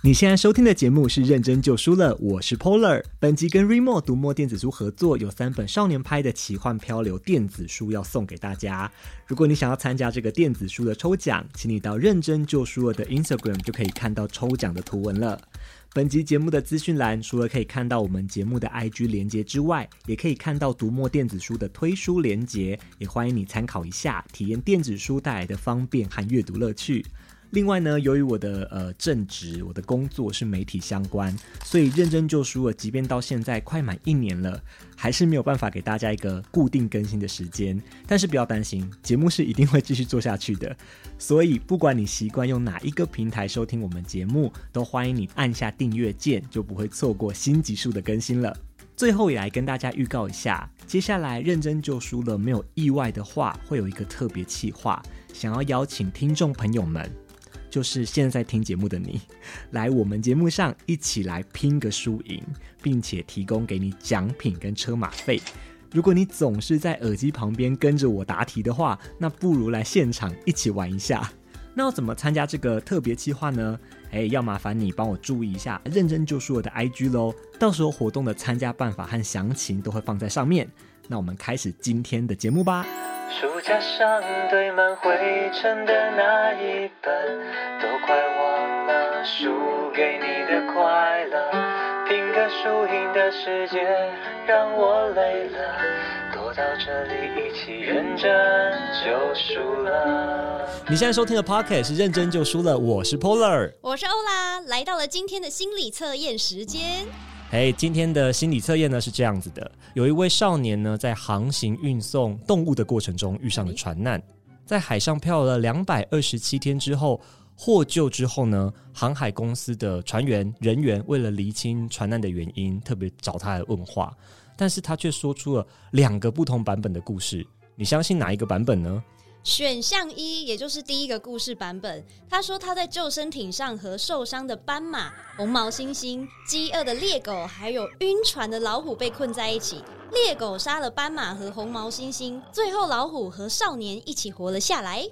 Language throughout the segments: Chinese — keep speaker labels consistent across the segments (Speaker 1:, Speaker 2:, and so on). Speaker 1: 你现在收听的节目是《认真就输了》，我是 Polar。本集跟 Remo 读墨电子书合作，有三本少年拍的奇幻漂流电子书要送给大家。如果你想要参加这个电子书的抽奖，请你到《认真就输了》的 Instagram 就可以看到抽奖的图文了。本集节目的资讯栏除了可以看到我们节目的 IG 连接之外，也可以看到读墨电子书的推书连接，也欢迎你参考一下，体验电子书带来的方便和阅读乐趣。另外呢，由于我的呃正职，我的工作是媒体相关，所以认真就书了。即便到现在快满一年了，还是没有办法给大家一个固定更新的时间。但是不要担心，节目是一定会继续做下去的。所以不管你习惯用哪一个平台收听我们节目，都欢迎你按下订阅键，就不会错过新集数的更新了。最后也来跟大家预告一下，接下来认真就输了，没有意外的话，会有一个特别企划，想要邀请听众朋友们，就是现在听节目的你， 来我们节目上一起来拼个输赢，并且提供给你奖品跟车马费。如果你总是在耳机旁边跟着我答题的话，那不如来现场一起玩一下。那要怎么参加这个特别计划呢？哎，要麻烦你帮我注意一下，认真就输我的 IG 喽。到时候活动的参加办法和详情都会放在上面。那我们开始今天的节目吧。
Speaker 2: 书架上堆满灰尘的那一本，都快忘了输给你的快乐。拼个输赢的世界让我累了，躲到这里一起认真就输了。
Speaker 1: 你现在收听的 Pocket 是认真就输了，我是 Polar。
Speaker 3: 我是欧拉，来到了今天的心理测验时间。
Speaker 1: 哎，今天的心理测验呢是这样子的：有一位少年呢在航行运送动物的过程中遇上了船难，在海上漂了两百二十七天之后获救之后呢，航海公司的船员人员为了厘清船难的原因，特别找他来问话，但是他却说出了两个不同版本的故事。你相信哪一个版本呢？
Speaker 3: 选项一，也就是第一个故事版本，他说他在救生艇上和受伤的斑马、红毛猩猩、饥饿的猎狗，还有晕船的老虎被困在一起。猎狗杀了斑马和红毛猩猩，最后老虎和少年一起活了下来。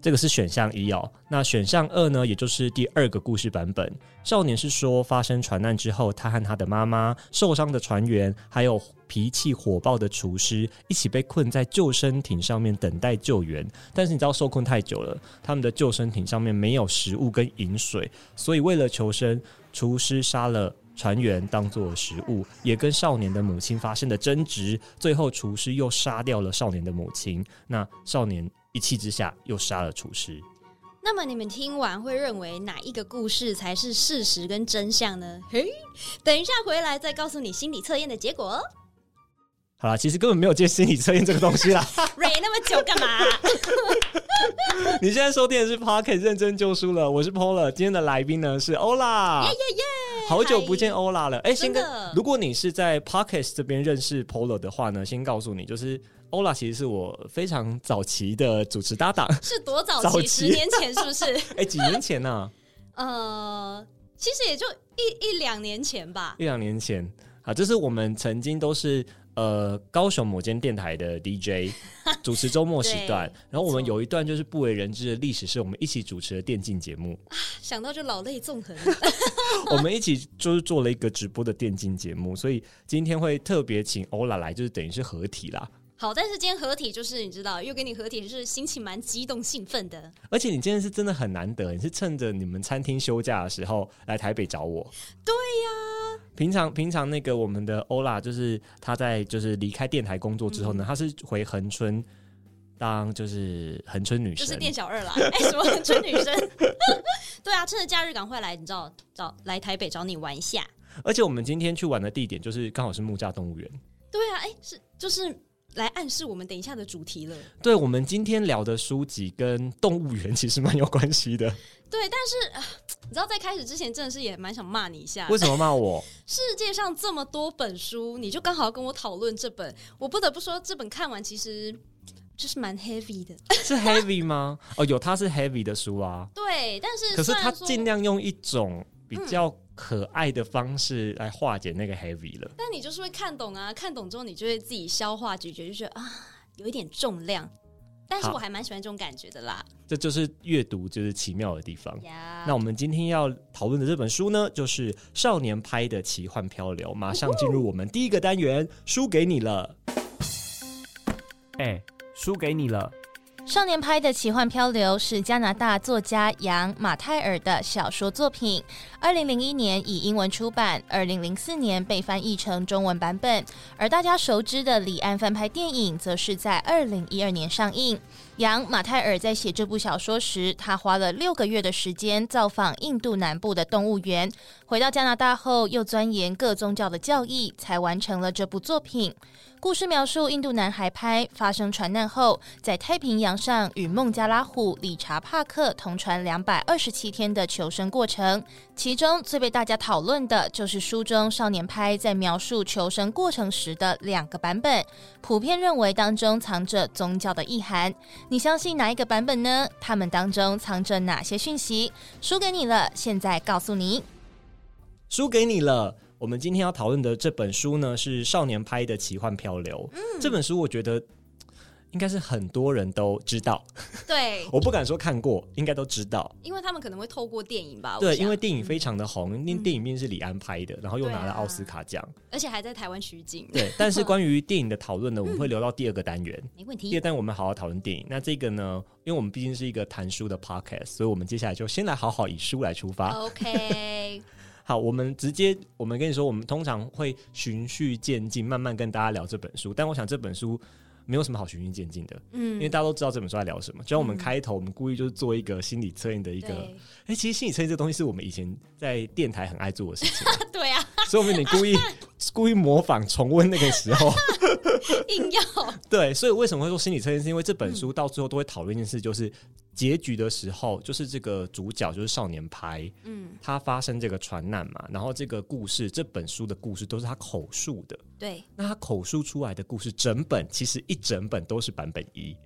Speaker 1: 这个是选项一哦。那选项二呢，也就是第二个故事版本。少年是说，发生船难之后，他和他的妈妈、受伤的船员，还有脾气火爆的厨师，一起被困在救生艇上面等待救援。但是你知道，受困太久了，他们的救生艇上面没有食物跟饮水，所以为了求生，厨师杀了。船员当做食物，也跟少年的母亲发生了争执。最后，厨师又杀掉了少年的母亲。那少年一气之下又杀了厨师。
Speaker 3: 那么你们听完会认为哪一个故事才是事实跟真相呢？嘿，等一下回来再告诉你心理测验的结果哦。
Speaker 1: 好啦，其实根本没有接心理测验这个东西 啦。
Speaker 3: 蕊那么久干嘛？
Speaker 1: 你现在收听的是 Pocket 认真就输了，我是 Pola，今天的来宾呢是欧拉。
Speaker 3: 耶耶耶！
Speaker 1: 好久不见欧拉了，哎、先
Speaker 3: 真
Speaker 1: 跟
Speaker 3: 的
Speaker 1: 如果你是在 Pocket 这边认识 Polo 的话呢，先告诉你，就是欧拉其实是我非常早期的主持搭档，
Speaker 3: 是多早
Speaker 1: 早
Speaker 3: 期？
Speaker 1: 期
Speaker 3: 十年前是不是？
Speaker 1: 哎、几年前呢、
Speaker 3: 呃，其实也就一一两年前吧。
Speaker 1: 一两年前啊，这是我们曾经都是呃高雄某间电台的 DJ 主持周末时段
Speaker 3: 对，
Speaker 1: 然后我们
Speaker 3: 没错
Speaker 1: 有一段就是不为人知的历史，是我们一起主持的电竞节目，
Speaker 3: 想到就老泪纵横。
Speaker 1: 我们一起就是做了一个直播的电竞节目，所以今天会特别请欧拉来，就是等于是合体啦。
Speaker 3: 好，但是今天合体就是你知道，又跟你合体是心情蛮激动兴奋的。
Speaker 1: 而且你今天是真的很难得，你是趁着你们餐厅休假的时候来台北找我。
Speaker 3: 对
Speaker 1: 呀、平常平常那个我
Speaker 3: 嗯
Speaker 1: 们的欧拉，就是他在就是离开电台工作之后呢，他是回恒春当就是恒春女
Speaker 3: 就
Speaker 1: 神，
Speaker 3: 是店小二啦。 哎、什么很春女生？ 对啊，趁着假日赶快来，你知道找来台北找你玩一下。
Speaker 1: 而且我们今天去玩的地点就是刚好是木栅动物园。
Speaker 3: 对啊，哎、是就是来暗示我们等一下的主题了。
Speaker 1: 对，我们今天聊的书籍跟动物园其实蛮有关系的。
Speaker 3: 对，但是、啊你知道在开始之前真的是也蛮想骂你一下的
Speaker 1: 为。什么骂我？
Speaker 3: 世界上这么多本书，你就刚好跟我讨论这本，我不得不说这本看完其实就是蛮 heavy 的。
Speaker 1: 是 heavy 吗？哦，有，它是 heavy 的书啊，
Speaker 3: 对，但是
Speaker 1: 可是
Speaker 3: 虽然
Speaker 1: 它
Speaker 3: 说
Speaker 1: 尽量用一种比较可爱的方式来化解那个 heavy 了。
Speaker 3: 但你就是会看懂啊，看懂之后你就会自己消化咀嚼，就觉得啊有一点重量，但是
Speaker 1: 好
Speaker 3: 我还蛮喜欢这种感觉的啦。
Speaker 1: 这就是阅读就是奇妙的地方。
Speaker 3: 呀
Speaker 1: 那我们今天要讨论的这本书呢，就是《少年拍的奇幻漂流》。马上进入我们第一个单元，书给你了。
Speaker 4: 哎，输给你了。
Speaker 5: 少年派的奇幻漂流是加拿大作家杨马泰尔的小说作品，二零零一年以英文出版，二零零四年被翻译成中文版本，而大家熟知的李安翻拍电影则是在二零一二年上映。杨马泰尔在写这部小说时，他花了六个月的时间造访印度南部的动物园，回到加拿大后又钻研各宗教的教义，才完成了这部作品。故事描述印度男孩拍发生船难后，在太平洋上与孟加拉虎理查帕克同船两百二十七天的求生过程。其中最被大家讨论的就是书中少年拍在描述求生过程时的两个版本，普遍认为当中藏着宗教的意涵。你相信哪一个版本呢？他们当中藏着哪些讯息？输给你了，现在告诉你。
Speaker 1: 书给你了。我们今天要讨论的这本书呢，是少年拍的奇幻漂流。这本书我觉得应该是很多人都知道，
Speaker 3: 对，
Speaker 1: 我不敢说看过，应该都知道。
Speaker 3: 因为他们可能会透过电影吧，我
Speaker 1: 对，
Speaker 3: 想
Speaker 1: 因为电影非常的红，那电影面是李安拍的，然后又
Speaker 3: 对啊
Speaker 1: 拿了奥斯卡奖。
Speaker 3: 而且还在台湾取景，
Speaker 1: 对，但是关于电影的讨论呢，我们会留到第二个单元。
Speaker 3: 没问
Speaker 1: 第
Speaker 3: 题
Speaker 1: 二。单我们好好讨论电影。那这个呢，因为我们毕竟是一个谈书的 podcast，所以我们接下来就先来好好以书来出
Speaker 3: 哦
Speaker 1: 发。
Speaker 3: OK，
Speaker 1: 好，我们直接，我们跟你说，我们通常会循序渐进，慢慢跟大家聊这本书。但我想这本书没有什么好循序渐进的，
Speaker 3: 嗯
Speaker 1: 因为大家都知道这本书在聊什么。就像我们开头，我们故意就是做一个心理测验的一个，
Speaker 3: 对
Speaker 1: 哎、其实心理测验这东西是我们以前在电台很爱做的事情，
Speaker 3: 对啊，
Speaker 1: 所以我们有点故 意故意模仿重温那个时候。
Speaker 3: 硬 要
Speaker 1: 对，所以为什么会说心理测验？是因为这本
Speaker 3: 嗯
Speaker 1: 书到最后都会讨论一件事，就是结局的时候，就是这个主角就是少年派，
Speaker 3: 嗯，
Speaker 1: 他发生这个船难嘛，然后这个故事，这本书的故事都是他口述的。
Speaker 3: 对，
Speaker 1: 那他口述出来的故事，整本其实一整本都是版本一，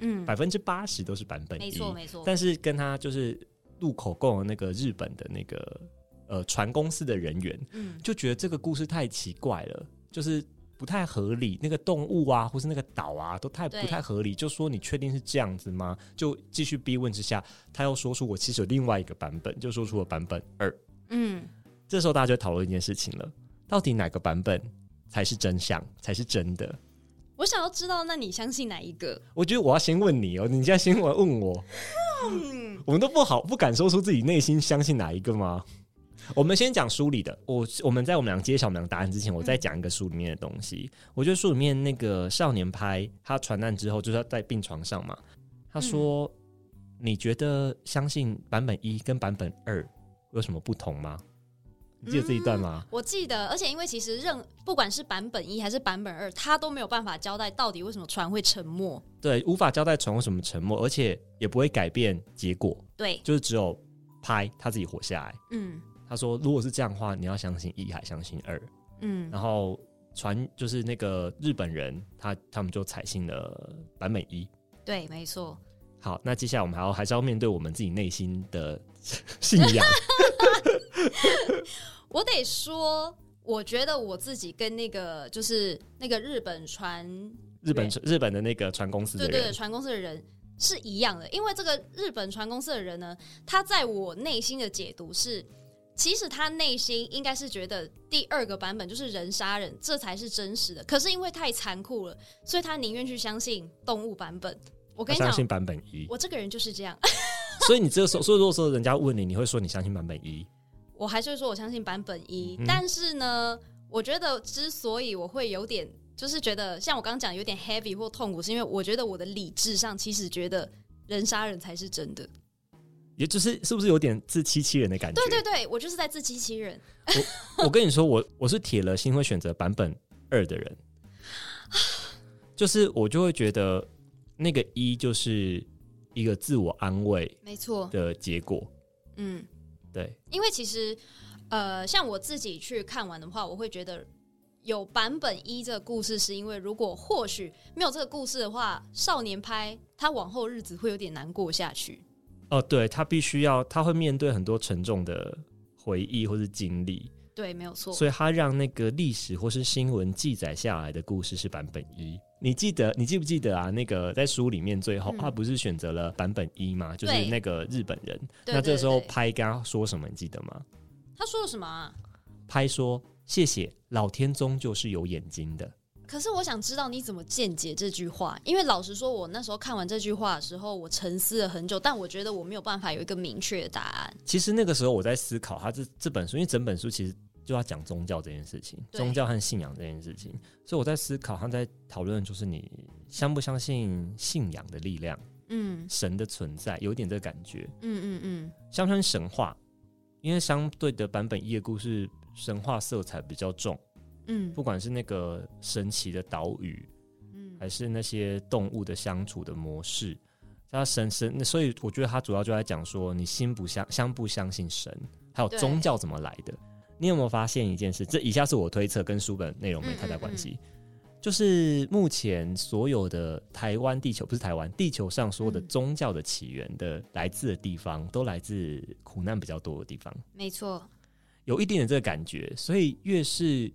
Speaker 3: 嗯，
Speaker 1: 百分之八十都是版本一，
Speaker 3: 没错没错，
Speaker 1: 但是跟他就是入口供的那个日本的那个呃船公司的人员，
Speaker 3: 嗯，
Speaker 1: 就觉得这个故事太奇怪了，就是不太合理。那个动物啊，或是那个岛啊，都太
Speaker 3: 对
Speaker 1: 不太合理。就说你确定是这样子吗？就继续逼问之下，他又说出我其实有另外一个版本，就说出了版本二。
Speaker 3: 嗯，
Speaker 1: 这时候大家就讨论一件事情了：到底哪个版本才是真相，才是真的？
Speaker 3: 我想要知道，那你相信哪一个？
Speaker 1: 我觉得我要先问你哦，你现在先问问我，
Speaker 3: 嗯
Speaker 1: 我们都不好不敢说出自己内心相信哪一个吗？我们先讲书里的，我我们在我们俩揭晓我们俩答案之前，我再讲一个书里面的东西。我觉得书里面那个少年拍他传难之后，就是要在病床上嘛，他说：“你觉得相信版本一跟版本二有什么不同吗？”你记得这一段吗？
Speaker 3: 我记得，而且因为其实任不管是版本一还是版本二，他都没有办法交代到底为什么船会沉没。
Speaker 1: 对，无法交代船为什么沉没，而且也不会改变结果，
Speaker 3: 对，
Speaker 1: 就是只有拍他自己活下来。
Speaker 3: 嗯
Speaker 1: 他说，如果是这样的话，你要相信一，还相信二。
Speaker 3: 嗯
Speaker 1: 然后船就是那个日本人，他他们就采信了版本一。
Speaker 3: 对，没错。
Speaker 1: 好，那接下来我们还要还是要面对我们自己内心的 信仰。
Speaker 3: 我得说，我觉得我自己跟那个就是那个日本船，
Speaker 1: 日本日本的那个船公司的
Speaker 3: 对
Speaker 1: 人，
Speaker 3: 对对，船公司的人。是一样的，因为这个日本船公司的人呢，他在我内心的解读是，其实他内心应该是觉得第二个版本就是人杀人，这才是真实的。可是因为太残酷了，所以他宁愿去相信动物版本。我
Speaker 1: 他
Speaker 3: 跟你
Speaker 1: 相
Speaker 3: 讲，
Speaker 1: 信版本一。
Speaker 3: 我这个人就是这样，
Speaker 1: 所以你这个时候，所以如果说人家问你，你会说你相信版本一。
Speaker 3: 我还是会说我相信版本一，
Speaker 1: 嗯
Speaker 3: 但是呢，我觉得之所以我会有点就是觉得像我刚刚讲有点 heavy 或痛苦，是因为我觉得我的理智上其实觉得人杀人才是真的。
Speaker 1: 也就是是不是有点自欺欺人的感觉？
Speaker 3: 对对对，我就是在自欺欺人。
Speaker 1: 我跟你说，我我是铁了心会选择版本二的人，就是我就会觉得那个一就是一个自我安慰
Speaker 3: 没错，
Speaker 1: 的结果。
Speaker 3: 嗯，
Speaker 1: 对，
Speaker 3: 因为其实呃，像我自己去看完的话，我会觉得有版本一这个故事，是因为如果或许没有这个故事的话，少年拍他往后日子会有点难过下去。
Speaker 1: 哦，对他必须要，他会面对很多沉重的回忆或是经历，
Speaker 3: 对，没有错。
Speaker 1: 所以他让那个历史或是新闻记载下来的故事是版本一。你记得，你记不记得啊？那个在书里面最后，
Speaker 3: 嗯
Speaker 1: 他不是选择了版本一嘛，就是
Speaker 3: 对
Speaker 1: 那个日本人。
Speaker 3: 对
Speaker 1: 那这时候
Speaker 3: 对对
Speaker 1: 拍跟他说什么，你记得吗？
Speaker 3: 他说了什么啊？
Speaker 1: 拍说谢谢，老天终究是有眼睛的。
Speaker 3: 可是我想知道你怎么见解这句话，因为老实说，我那时候看完这句话的时候，我沉思了很久，但我觉得我没有办法有一个明确的答案。
Speaker 1: 其实那个时候我在思考他这这本书，因为整本书其实就要讲宗教这件事情，
Speaker 3: 对
Speaker 1: 宗教和信仰这件事情，所以我在思考他在讨论就是你相不相信信仰的力量、
Speaker 3: 嗯
Speaker 1: 神的存在，有一点这个感觉，
Speaker 3: 嗯嗯嗯，
Speaker 1: 相不相信神话？因为相对的版本一的故事神话色彩比较重，
Speaker 3: 嗯
Speaker 1: 不管是那个神奇的岛屿，
Speaker 3: 嗯
Speaker 1: 还是那些动物的相处的模式。它神神，所以我觉得它主要就在讲说，你信不相相不相信神，还有
Speaker 3: 对
Speaker 1: 宗教怎么来的。你有没有发现一件事？这以下是我推测，跟书本内容没太大关系。就是目前所有的台湾地球，不是台湾地球上所有的
Speaker 3: 嗯
Speaker 1: 宗教的起源的来自的地方，都来自苦难比较多的地方。
Speaker 3: 没错，
Speaker 1: 有一点点这个感觉，所以越是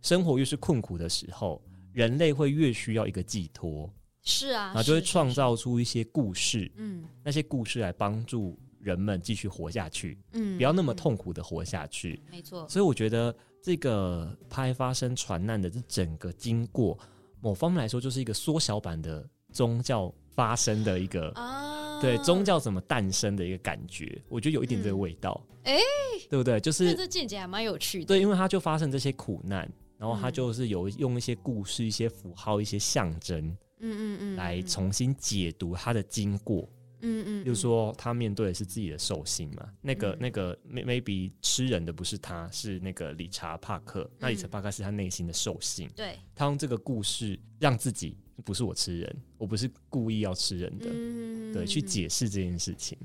Speaker 1: 生活越是困苦的时候，人类会越需要一个寄托，
Speaker 3: 是啊，
Speaker 1: 然后就会
Speaker 3: 是
Speaker 1: 创，造出一些故事，
Speaker 3: 嗯
Speaker 1: 那些故事来帮助人们继续活下去，
Speaker 3: 嗯，
Speaker 1: 不要那么痛苦的活下去。
Speaker 3: 嗯，没错，
Speaker 1: 所以我觉得这个拍发生船难的这整个经过，某方面来说就是一个缩小版的宗教发生的一个。
Speaker 3: 啊，
Speaker 1: 对宗，教怎么诞生的一个感觉，我觉得有一点这个味道，
Speaker 3: 嗯诶
Speaker 1: 对不对？就是
Speaker 3: 那这见解还蛮有趣的，
Speaker 1: 对，因为他就发生这些苦难，然后他
Speaker 3: 嗯
Speaker 1: 就是有用一些故事、一些符号、一些象征
Speaker 3: 嗯嗯嗯，
Speaker 1: 来
Speaker 3: 嗯，
Speaker 1: 重新解读他的经过。
Speaker 3: 嗯嗯，
Speaker 1: 比如说，他面对的是自己的兽性嘛，那个
Speaker 3: 嗯
Speaker 1: 那个 may- maybe 吃人的不是他，是那个理查帕克。那理查
Speaker 3: 嗯
Speaker 1: 帕克是他内心的兽性，
Speaker 3: 对，
Speaker 1: 他用这个故事让自己不是我吃人，我不是故意要吃人的，
Speaker 3: 嗯
Speaker 1: 对，去，解释这件事情。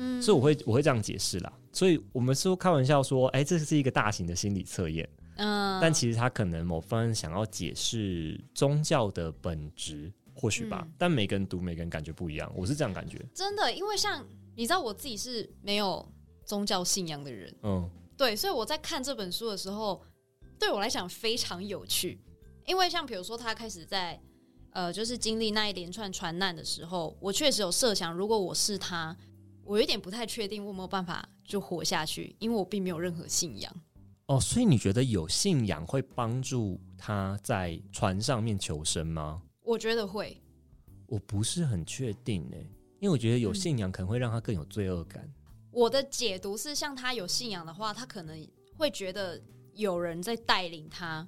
Speaker 3: 嗯
Speaker 1: 所以我会我会这样解释啦。所以我们说开玩笑说，哎、这是一个大型的心理测验。
Speaker 3: 嗯，
Speaker 1: 但其实他可能某方面想要解释宗教的本质，或许吧。
Speaker 3: 嗯
Speaker 1: 但每个人读，每个人感觉不一样，我是这样感觉。
Speaker 3: 真的，因为像你知道，我自己是没有宗教信仰的人。
Speaker 1: 嗯，
Speaker 3: 对，所以我在看这本书的时候，对我来讲非常有趣，因为像比如说他开始在呃，就是经历那一连串船难的时候，我确实有设想，如果我是他，我有点不太确定我有没有办法就活下去，因为我并没有任何信仰。
Speaker 1: 哦，所以你觉得有信仰会帮助他在船上面求生吗？
Speaker 3: 我觉得会，
Speaker 1: 我不是很确定诶、因为我觉
Speaker 3: 嗯
Speaker 1: 得有信仰可能会让他更有罪恶感。
Speaker 3: 我的解读是，像他有信仰的话，他可能会觉得有人在带领他，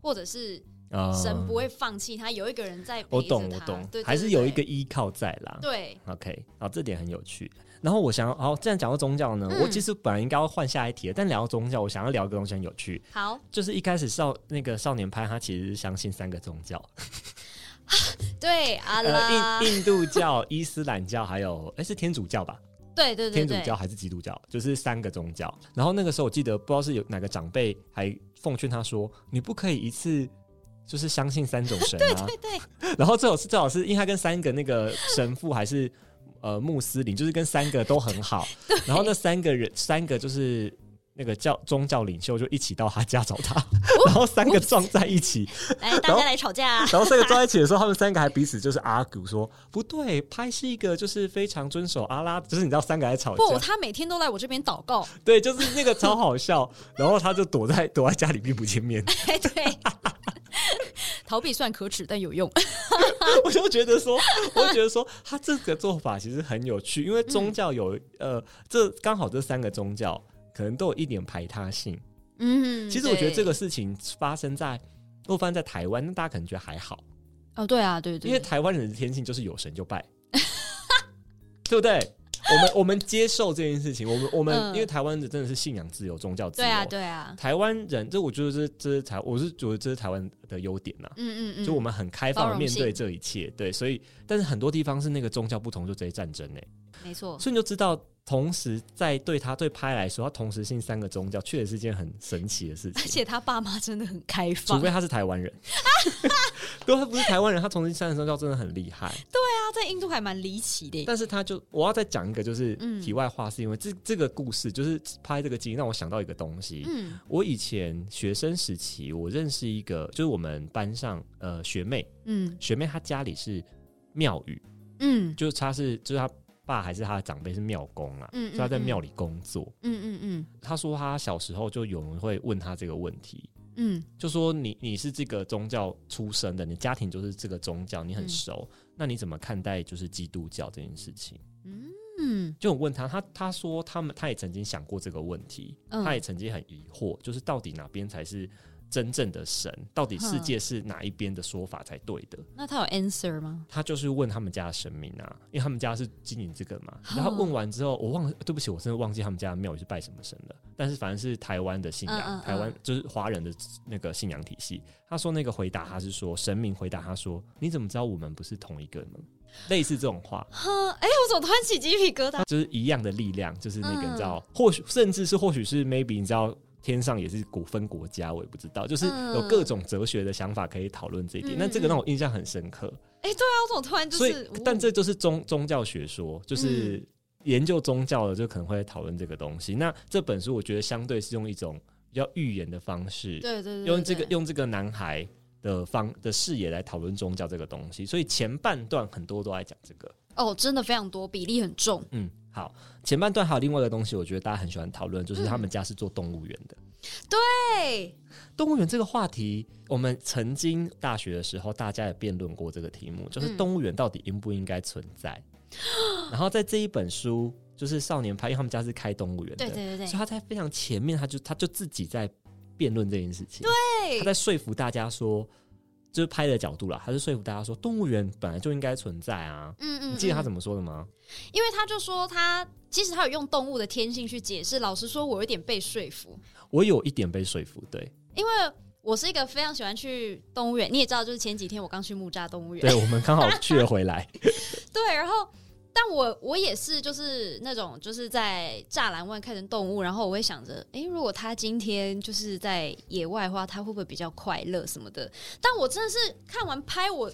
Speaker 3: 或者是
Speaker 1: 啊、
Speaker 3: 神不会放弃他，有一个人在陪着他。
Speaker 1: 我懂，我懂，
Speaker 3: 对，对
Speaker 1: 还是有一个
Speaker 3: 对
Speaker 1: 依靠在啦。
Speaker 3: 对，
Speaker 1: OK，好，这点很有趣。然后我想要，好，这样讲到宗教呢，
Speaker 3: 嗯
Speaker 1: 我其实本来应该要换下一题的，但聊到宗教，我想要聊一个东西很有趣，
Speaker 3: 好，
Speaker 1: 就是一开始少那个少年派，他其实是相信三个宗教，
Speaker 3: 对，啊阿拉，
Speaker 1: 呃，印印度教、伊斯兰教，还有哎是天主教吧？
Speaker 3: 对对对
Speaker 1: 天主
Speaker 3: 对，
Speaker 1: 教还是基督教，就是三个宗教。然后那个时候我记得，不知道是有哪个长辈还奉劝他说，你不可以一次。就是相信三种神啊，对
Speaker 3: 对
Speaker 1: 对然后最好是最好是，因为他跟三个那个神父还是呃穆斯林，就是跟三个都很 好。然后那三个人，三个就是那个教宗教领袖就一起到他家找他，
Speaker 3: 哦
Speaker 1: 然后三个撞在一起，
Speaker 3: 来哎
Speaker 1: 然
Speaker 3: 大家
Speaker 1: 后
Speaker 3: 来吵架、啊
Speaker 1: 然后三个坐在一起的时候，他们三个还彼此就是 argue 说，不对，拍是一个就是非常遵守阿拉，就是你知道三个在吵架。
Speaker 3: 不，他每天都来我这边祷告，
Speaker 1: 对，就是那个超好笑，然后他就躲在躲在家里并不见 面，
Speaker 3: 哎，对，逃避虽然可耻，但有用。
Speaker 1: 我就觉得说，我就觉得说他这个做法其实很有趣，
Speaker 3: 嗯
Speaker 1: 因为宗教有、呃，这刚好这三个宗教可能都有一点排他性。
Speaker 3: 嗯
Speaker 1: 其实我觉得这
Speaker 3: 个
Speaker 1: 个事情发生在。如果发生在台湾，那大家可能觉得还好，
Speaker 3: 哦，对啊，对对
Speaker 1: 因为台湾人的天性就是有神就拜，对不对？我们我们接受这件事情，我们我们、
Speaker 3: 嗯
Speaker 1: 因为台湾人真的是信仰自由、宗教自由，
Speaker 3: 对啊，对啊，
Speaker 1: 台湾人，这我觉得这这是台，我是觉得这是台湾的优点呐、
Speaker 3: 嗯嗯嗯，
Speaker 1: 就我们很开
Speaker 3: 包
Speaker 1: 放的
Speaker 3: 容
Speaker 1: 面对
Speaker 3: 性
Speaker 1: 这一切，对，所以但是很多地方是那个宗教不同就直接战争哎、
Speaker 3: 没错，
Speaker 1: 所以你就知道，同时在对他对拍来说，他同时信三个宗教，确实是件很神奇的事
Speaker 3: 而
Speaker 1: 情。
Speaker 3: 且他爸妈真的很开
Speaker 1: 除
Speaker 3: 放，
Speaker 1: 非他是台湾人， 如果他不是台湾人，他同时信三个宗教真的很厉害。
Speaker 3: 他在印度还蛮离奇的耶。
Speaker 1: 但是他就我要再讲一个，就是
Speaker 3: 嗯
Speaker 1: 题外话，是因为这这个故事就是拍这个经历让我想到一个东西，
Speaker 3: 嗯
Speaker 1: 我以前学生时期，我认识一个，就是我们班上呃学妹，
Speaker 3: 嗯
Speaker 1: 学妹她家里是庙宇，
Speaker 3: 嗯
Speaker 1: 就是她是就是她爸还是她的长辈是庙公啊，
Speaker 3: 嗯
Speaker 1: 所
Speaker 3: 嗯
Speaker 1: 以她在庙里工作。
Speaker 3: 嗯嗯
Speaker 1: 她说她小时候就有人会问她这个问题，
Speaker 3: 嗯嗯
Speaker 1: 就说你你是这个宗教出身的，你家庭就是这个宗教，你很
Speaker 3: 嗯
Speaker 1: 熟，那你怎么看待就是基督教这件事情？
Speaker 3: 嗯嗯
Speaker 1: 就我问她，她她说他们她也曾经想过这个问题，
Speaker 3: 嗯，
Speaker 1: 他也曾经很疑惑，就是到底哪边才是真正的神，到底世界是哪一边的说法才对的？
Speaker 3: 那他有 answer 吗？
Speaker 1: 他就是问他们家的神明啊，因为他们家是经营这个嘛。
Speaker 3: 嗯
Speaker 1: 然后问完之后，我忘了，对不起，我真的忘记他们家的庙宇是拜什么神了。但是反正是台湾的信仰，
Speaker 3: 嗯嗯嗯
Speaker 1: 台湾就是华人的那个信仰体系。他说那个回答，他是说神明回答他说：“你怎么知道我们不是同一个呢？”类似这种话，
Speaker 3: 哼，哎，我怎么突然起鸡皮疙瘩？
Speaker 1: 就是一样的力量，就是那个
Speaker 3: 嗯
Speaker 1: 你知道，或许甚至是或许是 maybe 你知道。天上也是股分国家，我也不知道，就是
Speaker 3: 嗯
Speaker 1: 有各种哲学的想法可以讨论这一点。
Speaker 3: 嗯
Speaker 1: 那、这个
Speaker 3: 嗯
Speaker 1: 让我印象很深刻，
Speaker 3: 哎，对啊，我怎么突然就
Speaker 1: 所以
Speaker 3: 是？哦嗯
Speaker 1: 但这就是宗宗教学说，就是研究宗教的就可能会讨论这个东西。那这本书我觉得相对是用一种比较预言的方式，
Speaker 3: 对对对，
Speaker 1: 用这个
Speaker 3: 对
Speaker 1: 用这个男孩的方的视野来讨论宗教这个东西。所以前半段很多都在讲这个，
Speaker 3: 哦，真的非常多，比例很重。
Speaker 1: 嗯，好，前半段还有另外一个东西，我觉得大家很喜欢讨论，就是他
Speaker 3: 嗯
Speaker 1: 们家是做动物园的。
Speaker 3: 对，
Speaker 1: 动物园这个话题，我们曾经大学的时候，大家也辩论过这个题目，就是
Speaker 3: 嗯
Speaker 1: 动物园到底应不应该存在。 然后在这一本书，就是少年派，因为他们家是开动物园的，
Speaker 3: 对对对对
Speaker 1: 所以他在非常前面，他就他就自己在辩论这件事情，对他在说服大家说，就是拍的角度啦，他就说服大家说，动物园本来就应该存在啊。
Speaker 3: 嗯嗯，
Speaker 1: 你记得他
Speaker 3: 么？
Speaker 1: 怎么说的吗？
Speaker 3: 因为他就说他其实他有用动物的天性去解释，老实说，我有点被说服，
Speaker 1: 我有一点被说服，对，
Speaker 3: 因为。我是一个非常喜欢去动物园，你也知道，就是前几天我刚去木栅动物 园，
Speaker 1: 对我们刚好去了回 来，
Speaker 3: 对，然后但我我也是就是那种就是在栅栏外看成动物，然后我会想着，诶，如果它今天就是在野外的话，它会不会比较快乐什么的？但我真的是看完拍，我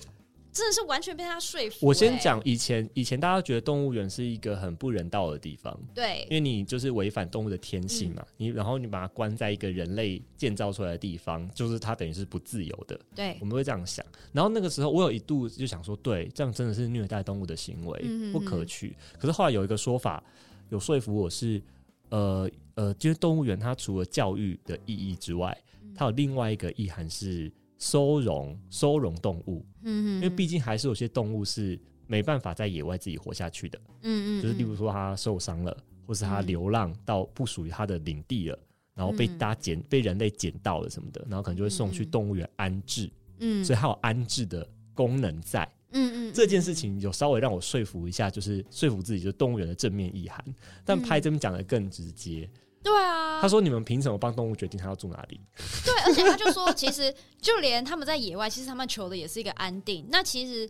Speaker 3: 真的是完全被他说服、
Speaker 1: 我先
Speaker 3: 诶，
Speaker 1: 讲以前，以前大家觉得动物园是一个很不人道的地方，因
Speaker 3: 欸对，
Speaker 1: 为你就是违反动物的天性
Speaker 3: 嗯
Speaker 1: 嘛，你然后你把它关在一个人类建造出来的地方，就是它等于是不自由的，
Speaker 3: 对
Speaker 1: 我，们会这样想。然后那个时候，我有一度就想说，对，这样真的是虐待动物的行
Speaker 3: 嗯嗯
Speaker 1: 为，
Speaker 3: 嗯
Speaker 1: 不可取。可是后来有一个说法有说服我是，呃呃，就是动物园它除了教育的意义之外，
Speaker 3: 嗯
Speaker 1: 它有另外一个意涵是收容收容动物。
Speaker 3: 嗯
Speaker 1: 因为毕竟还是有些动物是没办法在野外自己活下去的，
Speaker 3: 嗯
Speaker 1: 就是例如说它受伤了，或是它
Speaker 3: 嗯
Speaker 1: 流浪到不属于它的领地了，然后被
Speaker 3: 嗯
Speaker 1: 大家捡、被人类捡到了什么的，然后可能就会送去
Speaker 3: 嗯嗯
Speaker 1: 动物园安置，
Speaker 3: 嗯
Speaker 1: 所以它有安置的功能在。
Speaker 3: 嗯嗯
Speaker 1: 这件事情有稍微让我说服一下，就是说服自己，就是动物园的正面意涵。但
Speaker 3: 嗯
Speaker 1: 拍这边讲的更直接，
Speaker 3: 对啊，
Speaker 1: 他说：“你们凭什么帮动物决定它要住哪里？”
Speaker 3: 对，而且他就说，其实就连他们在野外，其实他们求的也是一个安定。那其实，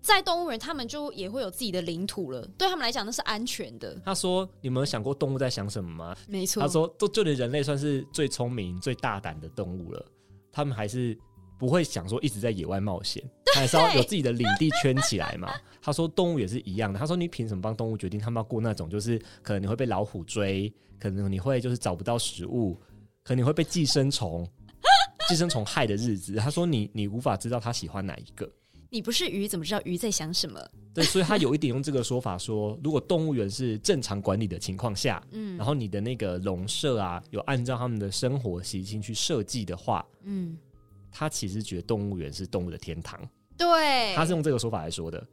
Speaker 3: 在动物园，他们就也会有自己的领土了，对他们来讲那是安全的，
Speaker 1: 他说：“你们有想过动物在想什么吗？
Speaker 3: 没错
Speaker 1: 他说，都就连人类算是最聪明、最大胆的动物了，他们还是不会想说一直在野外冒险，他还是要有自己的领地圈起来嘛。他说，动物也是一样的。他说，你凭什么帮动物决定他们要过那种就是可能你会被老虎追，可能你会就是找不到食物，可能你会被寄生虫寄生虫害的日子？他说你，你无法知道他喜欢哪一个。
Speaker 3: 你不是鱼，怎么知道鱼在想什么？
Speaker 1: 对，所以他有一点用这个说法说，如果动物园是正常管理的情况下，
Speaker 3: 嗯
Speaker 1: 然后你的那个笼舍啊，有按照他们的生活习性去设计的话，
Speaker 3: 嗯，
Speaker 1: 他其实觉得动物园是动物的天堂，
Speaker 3: 对，
Speaker 1: 他是用这个说法来说的。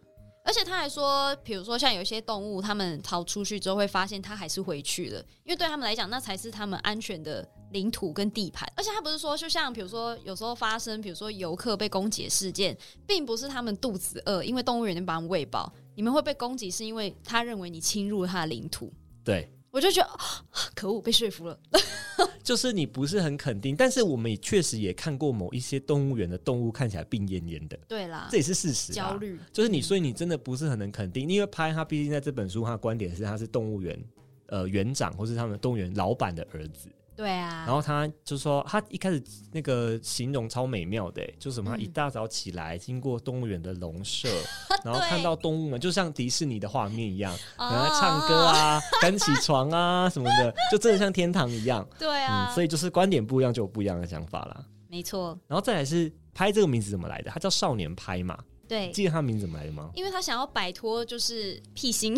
Speaker 3: 而且他还说，比如说像有一些动物，它们逃出去之后会发现它还是回去了，因为对他们来讲，那才是他们安全的领土跟地盘。而且他不是说，就像比如说有时候发生，比如说游客被攻击的事件，并不是他们肚子饿，因为动物园把他们喂饱，你们会被攻击是因为他认为你侵入了他的领土。
Speaker 1: 对，
Speaker 3: 我就觉
Speaker 1: 哦
Speaker 3: 得、啊可恶，被说服了。
Speaker 1: 就是你不是很肯定，但是我们也确实也看过某一些动物园的动物看起来病恹恹的，
Speaker 3: 对啦
Speaker 1: 这，也是事实、啊。
Speaker 3: 焦虑
Speaker 1: 就是你，所以你真的不是很能肯定，因为拍他毕竟在这本书，他的观点是他是动物园呃园长或是他们动物园老板的儿子，
Speaker 3: 对啊，
Speaker 1: 然后他就说他一开始那个形容超美妙的、欸，就什么他
Speaker 3: 嗯
Speaker 1: 一大早起来经过动物园的笼 舍，然后
Speaker 3: 对
Speaker 1: 看到动物们就像迪士尼的画面一样，然后在唱歌
Speaker 3: 哦
Speaker 1: 啊、赶起床 啊什么的，就真的像天堂一样。
Speaker 3: 对啊，
Speaker 1: 嗯，所以就是观点不一样，就有不一样的想法啦。
Speaker 3: 没错，
Speaker 1: 然后再来是拍这个名字怎么来的？它叫少年拍嘛，
Speaker 3: 对，
Speaker 1: 记得它名字怎么来的吗？
Speaker 3: 因为他想要摆脱就是 屁心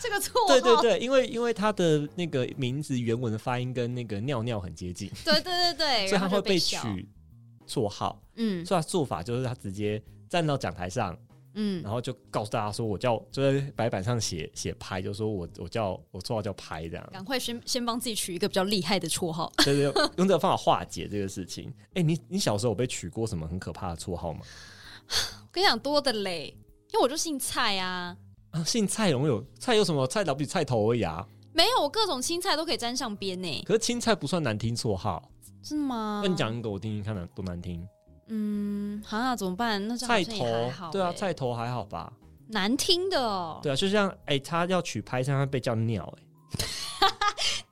Speaker 3: 这个绰号，
Speaker 1: 对对对，因为因为它的那个名字原文的发音跟那个尿尿很接近，
Speaker 3: 对对对对
Speaker 1: 所以
Speaker 3: 然后
Speaker 1: 它会
Speaker 3: 就
Speaker 1: 被
Speaker 3: 笑
Speaker 1: 取绰号。
Speaker 3: 嗯
Speaker 1: 所以它做法就是它直接站到讲台上，
Speaker 3: 嗯
Speaker 1: 然后就告诉大家说我叫就在白板上写写拍，就说我我叫我绰号叫拍这 样。
Speaker 3: 赶快先先帮自己取一个比较厉害的绰号。
Speaker 1: 对对，对用这个方法化解这个事情。哎、你你小时候有被取过什么很可怕的绰号吗？
Speaker 3: 我跟你讲多的嘞，因为我就姓蔡啊，
Speaker 1: 啊，姓蔡荣有蔡有什么？蔡老比菜头而已啊。
Speaker 3: 没有我各种青菜都可以沾上边呢，
Speaker 1: 可是青菜不算难听绰号，
Speaker 3: 是吗？
Speaker 1: 那、你，讲一个我听听看难啊多难听。
Speaker 3: 嗯，啊，怎么办？那这样
Speaker 1: 菜
Speaker 3: 好像也还
Speaker 1: 头
Speaker 3: 好，
Speaker 1: 对啊，
Speaker 3: 欸
Speaker 1: 菜头还好吧？
Speaker 3: 难听的哦，
Speaker 1: 对啊，就像哎、他要取拍上会被叫尿、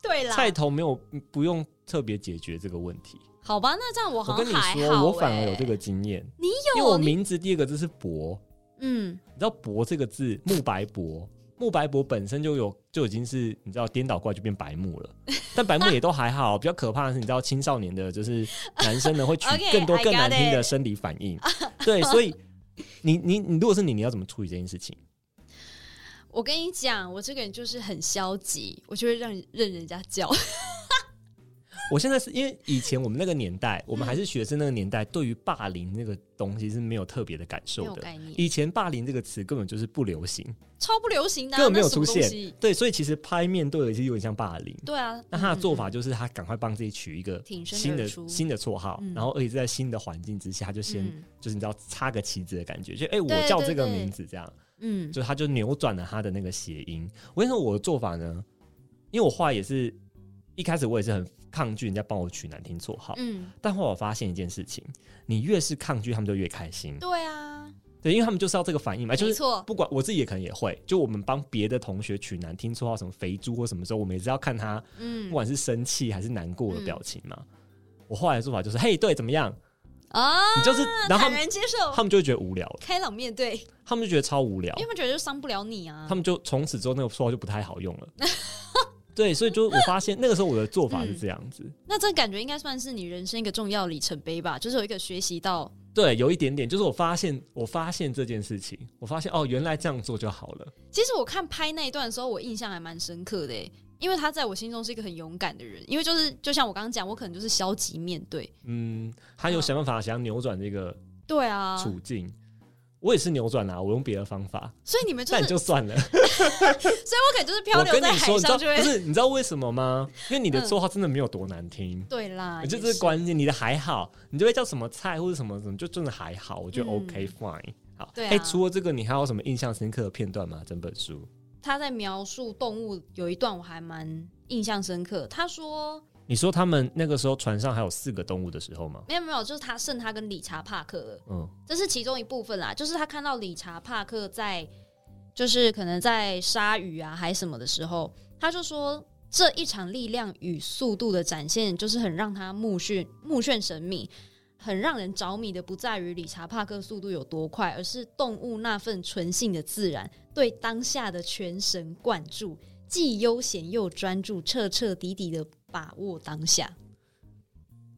Speaker 3: 对
Speaker 1: 哎，
Speaker 3: 啦，
Speaker 1: 菜头没有不用特别解决这个问题。
Speaker 3: 好吧，那这样我
Speaker 1: 我
Speaker 3: 好像
Speaker 1: 跟你
Speaker 3: 还好、欸，
Speaker 1: 说，我反而有这个经验，
Speaker 3: 你
Speaker 1: 因为我
Speaker 3: 你
Speaker 1: 名字第二个字是博，
Speaker 3: 嗯，
Speaker 1: 你知道“博”这个字，木白博，木白博本身就有就已经是你知道颠倒过来就变白木了，但白木也都还好。比较可怕的是，你知道青少年的就是男生呢会 取
Speaker 3: Okay,
Speaker 1: 更多
Speaker 3: I
Speaker 1: 更难
Speaker 3: got
Speaker 1: 听的
Speaker 3: it
Speaker 1: 生理反应，对，所以你你你如果是你，你要怎么处理这件事情？
Speaker 3: 我跟你讲，我这个人就是很消极，我就会让任人家叫。
Speaker 1: 我现在是因为以前我们那个年代，我们还是学生那个年代，对于霸凌那个东西是没有特别的感
Speaker 3: 没
Speaker 1: 受
Speaker 3: 有
Speaker 1: 的
Speaker 3: 概念。
Speaker 1: 以前霸凌这个词根本就是不流行，
Speaker 3: 超不流行的、啊，
Speaker 1: 根本没有
Speaker 3: 那什
Speaker 1: 出
Speaker 3: 么东
Speaker 1: 现
Speaker 3: 西。。
Speaker 1: 对，所以其实拍面对的其实有点像霸凌。
Speaker 3: 对啊，
Speaker 1: 那他的做
Speaker 3: 法、
Speaker 1: 法就是他赶快帮自己取一个
Speaker 3: 挺身
Speaker 1: 新的
Speaker 3: 而出
Speaker 1: 新的绰号，
Speaker 3: 嗯
Speaker 1: 然后而且在新的环境之下，他就先、
Speaker 3: 嗯
Speaker 1: 就是你知道插个旗子的感觉，就哎、我
Speaker 3: 对
Speaker 1: 叫
Speaker 3: 对
Speaker 1: 这个
Speaker 3: 对
Speaker 1: 名字这样，
Speaker 3: 嗯
Speaker 1: 就他就扭转了他的那个谐音。我跟你说我的做法呢，因为我后来也是一开始我也是很抗拒人家帮我取难听绰号，
Speaker 3: 嗯，
Speaker 1: 但后来我发现一件事情，你越是抗拒，他们就越开心，
Speaker 3: 对啊，
Speaker 1: 对，因为他们就是要这个反应嘛，哎就
Speaker 3: 没
Speaker 1: 是。
Speaker 3: 错，
Speaker 1: 不管我自己也可能也会，就我们帮别的同学取难听绰号，什么肥猪或什么时候，我们也是要看他
Speaker 3: 嗯
Speaker 1: 不管是生气还是难过的表情嘛。我后来的做法就是，嘿，对，怎么样？
Speaker 3: 啊，
Speaker 1: 你就是，然后他
Speaker 3: 坦
Speaker 1: 们
Speaker 3: 然接受，
Speaker 1: 他们就会觉得无聊了，
Speaker 3: 开朗面对，因
Speaker 1: 他们就觉得超无聊
Speaker 3: 为，他们觉得就伤不了你啊。
Speaker 1: 他们就从此之后那个绰号就不太好用 了。对，所以就我发现那个时候我的做法是
Speaker 3: 嗯
Speaker 1: 这样子，
Speaker 3: 那这感觉应该算是你人生一个重要里程碑吧，就是有一个学习到，
Speaker 1: 对，有一点点，就是我发现我发现这件事情，我发现哦，原来这样做就好了。
Speaker 3: 其实我看拍那一段的时候，我印象还蛮深刻的欸，因为他在我心中是一个很勇敢的人，因为就是就像我刚刚讲，我可能就是消极面对，
Speaker 1: 嗯，他有想办法想要扭转这个
Speaker 3: 对啊，
Speaker 1: 处境，我也是扭转啊啦，我用别的方法，
Speaker 3: 所以你 们就
Speaker 1: 但
Speaker 3: 是，
Speaker 1: 就算 了。
Speaker 3: 所以我可能就是漂
Speaker 1: 我
Speaker 3: 流
Speaker 1: 跟
Speaker 3: 在
Speaker 1: 你说，
Speaker 3: 海
Speaker 1: 你知道
Speaker 3: 上就
Speaker 1: 不
Speaker 3: 会，
Speaker 1: 是？你知道为什么吗？因为你的
Speaker 3: 嗯
Speaker 1: 绰号真的没有多难听。
Speaker 3: 对啦，
Speaker 1: 就
Speaker 3: 也
Speaker 1: 这是关键，你的还好，你就会叫什么菜或者什么什么，就真的还好，我觉得
Speaker 3: 嗯
Speaker 1: OK、fine。好，
Speaker 3: 对啊
Speaker 1: 哎除了这个，你还有什么印象深刻的片段吗？整本书，
Speaker 3: 他在描述动物有一段我还蛮印象深刻。他说
Speaker 1: 你说他们那个时候船上还有四个动物的时候吗？
Speaker 3: 没有没有，就是他剩他跟理查帕克了，
Speaker 1: 嗯，
Speaker 3: 这是其中一部分啦。就是他看到理查帕克在，就是可能在鲨鱼啊还什么的时候，他就说这一场力量与速度的展现，就是很让他目眩目眩神迷。很让人着迷的不在于理查帕克速度有多快，而是动物那份纯性的自然对当下的全神贯注，既悠闲又专注，彻彻底底的把握当下。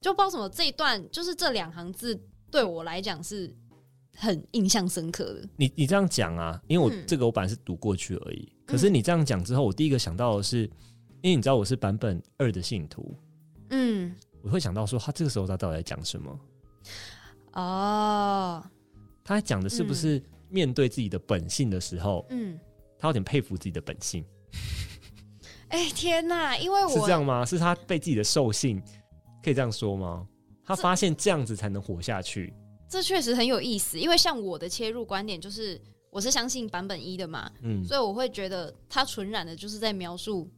Speaker 3: 就不知道为什么这一段，就是这两行字对我来讲是很印象深刻的。
Speaker 1: 你你这样讲啊，因为我、
Speaker 3: 嗯
Speaker 1: 这个我本来是读过去而已，可是你这样讲之后，我第一个想到的是，因为你知道我是版本二的信徒，
Speaker 3: 嗯，
Speaker 1: 我会想到说他这个时候他到底在讲什么？
Speaker 3: 哦，
Speaker 1: 他在讲的是不是面对自己的本性的时候，
Speaker 3: 嗯，
Speaker 1: 他有点佩服自己的本性，
Speaker 3: 哎、天哪，因为
Speaker 1: 是
Speaker 3: 我
Speaker 1: 这样吗？是他被自己的兽性，可以这样说吗？他发现这样子才能活下去，
Speaker 3: 这确实很有意思，因为像我的切入观点就是，我是相信版本一的嘛，
Speaker 1: 嗯，
Speaker 3: 所以我会觉得它纯然的就是在描述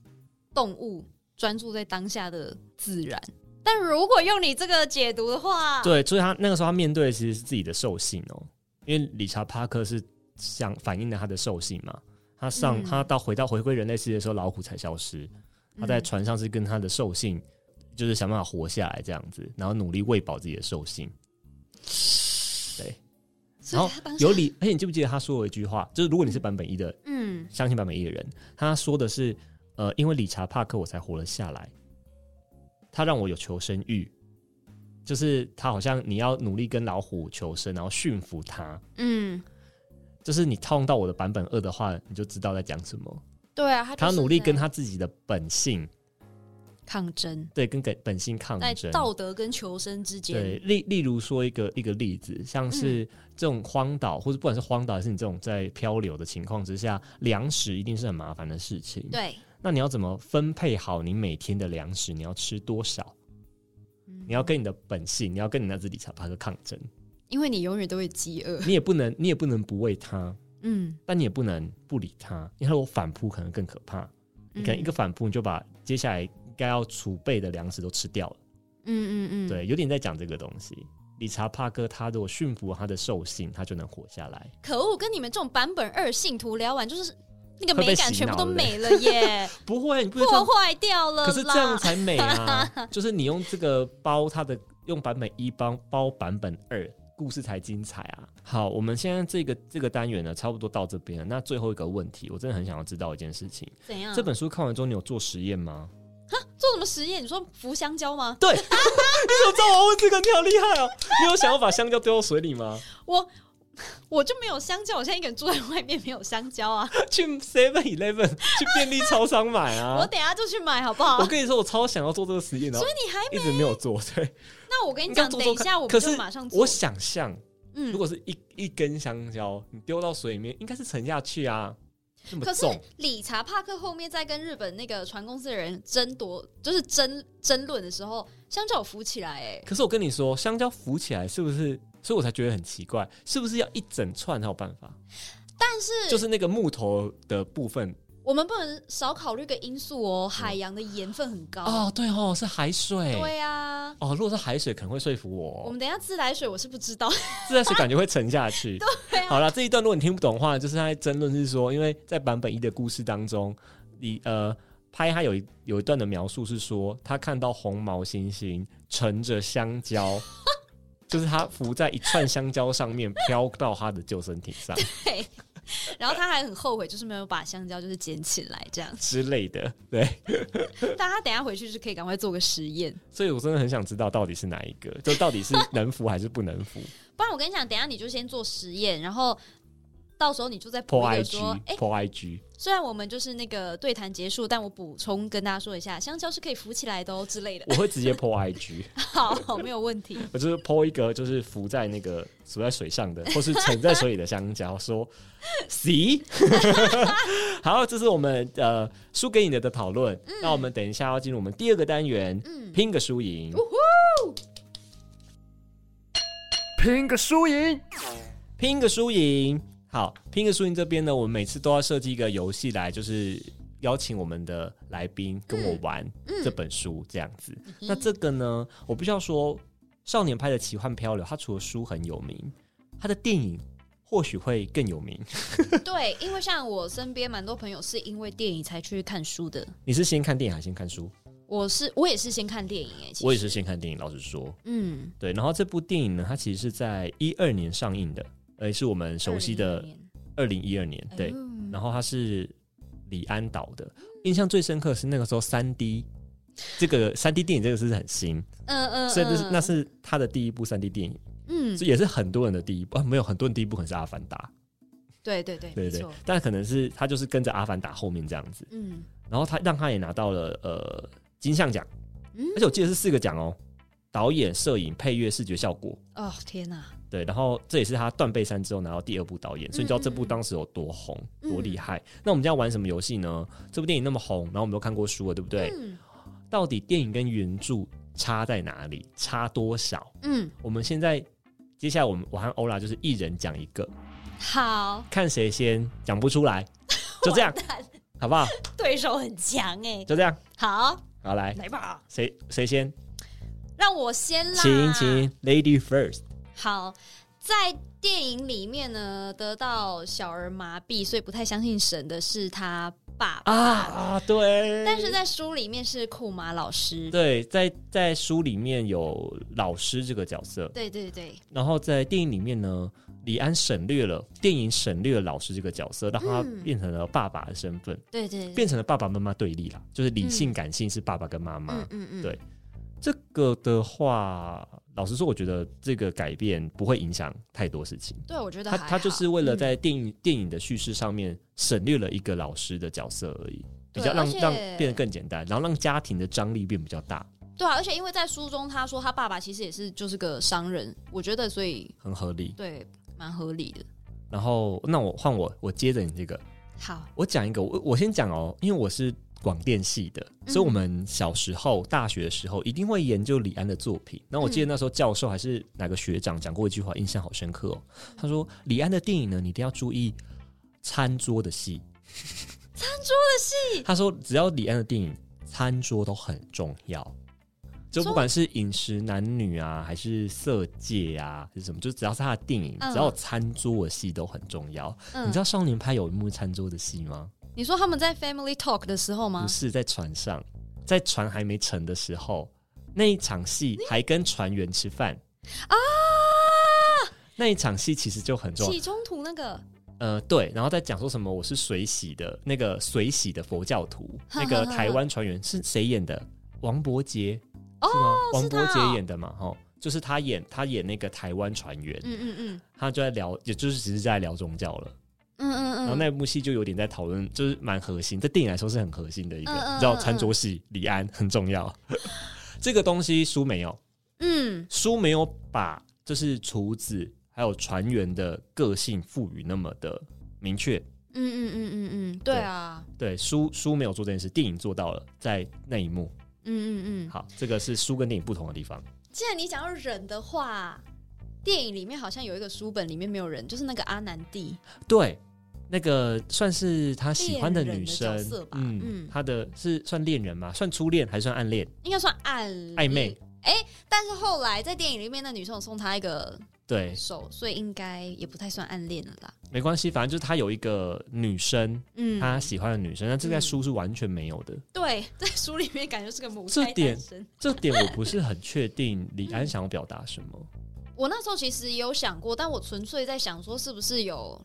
Speaker 3: 动物专注在当下的自然。但如果用你这个解读的话，
Speaker 1: 对，所以他那个时候他面对的其实是自己的兽性哦、因为理查帕克是想反映了他的兽性嘛。他上、
Speaker 3: 嗯
Speaker 1: 他到回到回归人类世界的时候，老虎才消失。他在
Speaker 3: 嗯
Speaker 1: 船上是跟他的兽性，就是想办法活下来这样子，然后努力喂饱自己的兽性。对，然
Speaker 3: 所以
Speaker 1: 后
Speaker 3: 他当下
Speaker 1: 有理，而且你记不记得他说过一句话，就是如果你是版本一的，
Speaker 3: 嗯，
Speaker 1: 相信版本一的人，他说的是，呃，因为理查帕克我才活了下来，他让我有求生欲，就是他好像你要努力跟老虎求生，然后驯服它，
Speaker 3: 嗯，
Speaker 1: 就是你套用到我的版本二的话，你就知道在讲什么。
Speaker 3: 对啊，他
Speaker 1: 他
Speaker 3: 就是
Speaker 1: 努力
Speaker 3: 在
Speaker 1: 跟他自己的本性，
Speaker 3: 抗争，
Speaker 1: 对，跟给本性抗
Speaker 3: 在
Speaker 1: 争。
Speaker 3: 道德跟求生之
Speaker 1: 对，
Speaker 3: 间，
Speaker 1: 例例如说一个一个例子，像是这种荒岛，或者不管是荒岛还是你这种在漂流的情况之下，粮食一定是很麻烦的事情。
Speaker 3: 对，
Speaker 1: 那你要怎么分配好你每天的粮食？你要吃多少？你要跟你的本性，你要跟你那只理查帕克抗争。
Speaker 3: 因为你永远都会饥饿，
Speaker 1: 你也不能，你也不能不喂它，
Speaker 3: 嗯，
Speaker 1: 但你也不能不理它。因为它如果反扑，可能更可怕。
Speaker 3: 嗯
Speaker 1: 你可能一个反扑，你就把接下来应该要储备的粮食都吃掉了。
Speaker 3: 嗯，嗯嗯嗯，
Speaker 1: 对，有点在讲这个东西。理查帕克他如果驯服他的兽性，他就能活下来。
Speaker 3: 可恶，跟你们这种版本二信徒聊完，就是那个
Speaker 1: 会被
Speaker 3: 美感
Speaker 1: 洗
Speaker 3: 全部
Speaker 1: 脑对
Speaker 3: 都
Speaker 1: 不对
Speaker 3: 没了耶，
Speaker 1: 不会，你 不会这样
Speaker 3: 破坏掉了啦。
Speaker 1: 可是这样才美啊！ 就是你用这个包它的，用版本一包包版本二，故事才精彩啊！好，我们现在这个这个单元呢，差不多到这边了。那最后一个问题，我真的很想要知道一件事情：
Speaker 3: 怎样？
Speaker 1: 这本书看完之后，你有做实验吗？
Speaker 3: 做什么实验？你说服香蕉吗？
Speaker 1: 对，你怎么知道我要问这个？你好厉害哦！你有想要把香蕉丢到水里吗？
Speaker 3: 我我就没有香蕉，我现在一个人住在外面，没有香蕉啊。
Speaker 1: 去 Seven Eleven 去便利超商买
Speaker 3: 我
Speaker 1: 啊！
Speaker 3: 等一下就去买好不好
Speaker 1: 我？跟你说，我超想要做这个实验的
Speaker 3: 所，以你还
Speaker 1: 一直没有做。对，
Speaker 3: 那我跟你
Speaker 1: 你
Speaker 3: 讲，
Speaker 1: 刚做
Speaker 3: 等
Speaker 1: 做
Speaker 3: 一
Speaker 1: 看
Speaker 3: 下我
Speaker 1: 可
Speaker 3: 们
Speaker 1: 是
Speaker 3: 就马上做
Speaker 1: 我。想象。
Speaker 3: 嗯
Speaker 1: 如，果是一一根香蕉，你丢到水里面，应该是沉下去啊，那么
Speaker 3: 可是
Speaker 1: 重。
Speaker 3: 理查帕克后面在跟日本那个船公司的人争夺，就是争争论的时候，香蕉有浮起来哎、
Speaker 1: 可是我跟你说，香蕉浮起来是不是？所以我才觉得很奇怪，是不是要一整串才有办法？
Speaker 3: 但是
Speaker 1: 就是那个木头的部分
Speaker 3: 我们不能少考虑一个因素哦，海洋的盐分很高。
Speaker 1: 哦，对哦，是海水。
Speaker 3: 对啊，
Speaker 1: 哦，如果是海水，可能会说服
Speaker 3: 我
Speaker 1: 我
Speaker 3: 们。等一下自来水我是不知道。
Speaker 1: 自来水感觉会沉下去。
Speaker 3: 对啊
Speaker 1: 好了，这一段如果你听不懂的话，就是他在争论是说，因为在版本一的故事当中，你呃拍他有一有一段的描述是说，他看到红毛猩猩乘着香 蕉，就是他浮在一串香蕉上面飘到他的救生艇 上
Speaker 3: 对，然后他还很后悔，就是没有把香蕉就是捡起来这 样。
Speaker 1: 之类的。对，
Speaker 3: 大家等一下回去就可以赶快做个实验，
Speaker 1: 所以我真的很想知道到底是哪一个，就到底是能浮还是不能 浮。
Speaker 3: 不然我跟你讲，等一下你就先做实验，然后到时候你就再补
Speaker 1: 破
Speaker 3: 一个说
Speaker 1: IG，，
Speaker 3: 哎、
Speaker 1: 破 IG，
Speaker 3: 虽然我们就是那个对谈结束，但我补充跟大家说一下，香蕉是可以浮起来的哦 之类的。
Speaker 1: 我会直接破 IG。
Speaker 3: 好，没有问题。
Speaker 1: 我就是剖一个就是浮在那个浮在水上的，或是沉在水里的香蕉，说 “see”。好，这是我们呃输给你的的讨论。那我们等一下要进入我们第二个单元，
Speaker 3: 嗯
Speaker 1: 拼个输赢。
Speaker 6: 拼个输赢。
Speaker 1: 拼个输赢。好，拼个输赢这边呢，我们每次都要设计一个游戏来，就是邀请我们的来宾跟我玩这本书这样子。那这个呢，我必须要说，少年派的奇幻漂流，它除了书很有名，它的电影或许会更有名。
Speaker 3: 对，因为像我身边蛮多朋友是因为电影才去看书的，
Speaker 1: 你是先看电影还是先看书？
Speaker 3: 我是我也是先看电影哎、其实
Speaker 1: 我也是，先看电影，老实说，
Speaker 3: 嗯，
Speaker 1: 对。然后这部电影呢，它其实是在一二年上映的，呃，是我们熟悉的
Speaker 3: 2021年
Speaker 1: 二零一二年，对。
Speaker 3: 嗯
Speaker 1: 然后它是李安导的，印象最深刻是那个时候三 D 这个三 D 电影这个是很新，
Speaker 3: 嗯嗯，
Speaker 1: 所以这是
Speaker 3: 嗯
Speaker 1: 那是他的第一部三 D 电影，
Speaker 3: 嗯
Speaker 1: 这，也是很多人的第一部啊，没有很多人第一部可能是《阿凡达》，
Speaker 3: 对对对，
Speaker 1: 对
Speaker 3: 没
Speaker 1: 对对
Speaker 3: 错，，
Speaker 1: 但可能是他就是跟着《阿凡达》后面这样子，
Speaker 3: 嗯
Speaker 1: 然后他让他也拿到了呃金像奖，
Speaker 3: 嗯
Speaker 1: 而且我记得是四个奖哦，导演、摄影、配乐、视觉效果，
Speaker 3: 哦天哪，
Speaker 1: 对，然后这也是他《断背山》之后拿到第二部导演，所以你知道
Speaker 3: 嗯
Speaker 1: 这部当时有多红、多厉害。那我们今天要玩什么游戏呢？这部电影那么红，然后我们都看过书了，对不对？
Speaker 3: 嗯
Speaker 1: 到底电影跟原著差在哪里？差多少？
Speaker 3: 嗯，
Speaker 1: 我们现在接下来我们我和欧拉就是一人讲一个，
Speaker 7: 好，
Speaker 1: 看谁先讲不出来，就 这样，好不好？
Speaker 7: 对手很强
Speaker 3: 欸
Speaker 7: 哎、
Speaker 1: 就这样，
Speaker 7: 好，
Speaker 1: 好来，
Speaker 7: 来吧，
Speaker 1: 谁谁先？
Speaker 7: 让我先啦。
Speaker 1: 请请，Lady First。
Speaker 3: 好，在电影里面呢，得到小儿麻痹，所以不太相信神的是他爸爸，
Speaker 1: 啊啊，对。
Speaker 3: 但是在书里面是库马老师。
Speaker 1: 对，在在书里面有老师这个角色，
Speaker 3: 对对对，
Speaker 1: 然后在电影里面呢，李安省略了电影省略了老师这个角色，让他
Speaker 3: 嗯
Speaker 1: 变成了爸爸的身份，
Speaker 3: 对对对，
Speaker 1: 变成了爸爸妈妈对立啦，就是理性感性是爸爸跟妈妈。
Speaker 3: 嗯嗯嗯，
Speaker 1: 对这个的话，老实说，我觉得这个改变不会影响太多事情。
Speaker 3: 对，我觉得
Speaker 1: 他
Speaker 3: 还
Speaker 1: 他就
Speaker 3: 好嗯
Speaker 1: 是为了在电影、电影的叙事上面省略了一个老师的角色而已，比
Speaker 3: 对
Speaker 1: 较让
Speaker 3: 而且
Speaker 1: 让变得更简单，然后让家庭的张力变比较大，
Speaker 3: 对啊，而且因为在书中他说他爸爸其实也是就是个商人，我觉得所以
Speaker 1: 很合理。
Speaker 3: 对蛮合理的。
Speaker 1: 然后那我换我，我接着你这个，
Speaker 3: 好，
Speaker 1: 我讲一个，我我先讲哦，因为我是广电系的，所以我们小时候、大学的时候一定会研究李安的作品。那我记得那时候教授还是哪个学长讲过一句话，印象好深刻哦。他说：“李安的电影呢，你一定要注意餐桌的戏。”餐桌的戏，他说只要李安的电影，餐桌都很重要。就不管是饮食男女啊，还是色戒啊，还是什么，就只要是他的电影，
Speaker 3: 嗯
Speaker 1: 只要有餐桌的戏都很重要。
Speaker 3: 嗯
Speaker 1: 你知道少年派有一幕餐桌的戏吗？
Speaker 3: 你说他们在 family talk 的时候吗
Speaker 1: 不？嗯是在船上，在船还没沉的时候，那一场戏还跟船员吃饭
Speaker 3: 啊。
Speaker 1: 那一场戏其实就很重要，
Speaker 3: 起冲突那个，
Speaker 1: 呃，对，然后再讲说什么我是水洗的那个水洗的佛教 徒，那
Speaker 3: 哼哼
Speaker 1: 个
Speaker 3: 哼
Speaker 1: 台湾船员是谁演的？王伯杰
Speaker 3: 哦
Speaker 1: 是吗？王
Speaker 3: 是
Speaker 1: 伯
Speaker 3: 他
Speaker 1: 杰
Speaker 3: 哦
Speaker 1: 演的嘛，哈，就是他演他演那个台湾船员，
Speaker 3: 嗯嗯嗯
Speaker 1: 他就在聊，也就是只是在聊宗教了。
Speaker 3: 嗯嗯嗯，
Speaker 1: 然后那部戏就有点在讨论，就是蛮核心，在电影来说是很核心的一个，
Speaker 3: 嗯嗯
Speaker 1: 你知道餐桌戏，李安很重要。 这个东西书没有，
Speaker 3: 嗯
Speaker 1: 书没有把就是厨子还有船员的个性赋予那么的明确。
Speaker 3: 嗯嗯嗯嗯嗯，对啊，
Speaker 1: 对，书书没有做这件事，电影做到了，在那一幕。
Speaker 3: 嗯嗯嗯。
Speaker 1: 好，这个是书跟电影不同的地方。
Speaker 3: 既然你想要忍的话，电影里面好像有一个书本里面没有人，就是那个阿南蒂，
Speaker 1: 对，那个算是他喜欢的
Speaker 3: 恋人
Speaker 1: 女
Speaker 3: 的
Speaker 1: 生
Speaker 3: 角色吧，
Speaker 1: 嗯，
Speaker 3: 嗯
Speaker 1: 他的是算恋人吗？算初恋还是算暗恋？
Speaker 3: 应该算暗
Speaker 1: 暧昧。
Speaker 3: 但是后来在电影里面，那女生有送他一个
Speaker 1: 对，
Speaker 3: 手，所以应该也不太算暗恋了啦。
Speaker 1: 没关系，反正就是他有一个女生，
Speaker 3: 嗯，
Speaker 1: 他喜欢的女生，但这个在书是完全没有的。
Speaker 3: 对，在书里面感觉是个母
Speaker 1: 这
Speaker 3: 胎
Speaker 1: 点
Speaker 3: 单身。
Speaker 1: 这点我不是很确定李安想要表达什么。
Speaker 3: 我那时候其实也有想过，但我纯粹在想说，是不是有，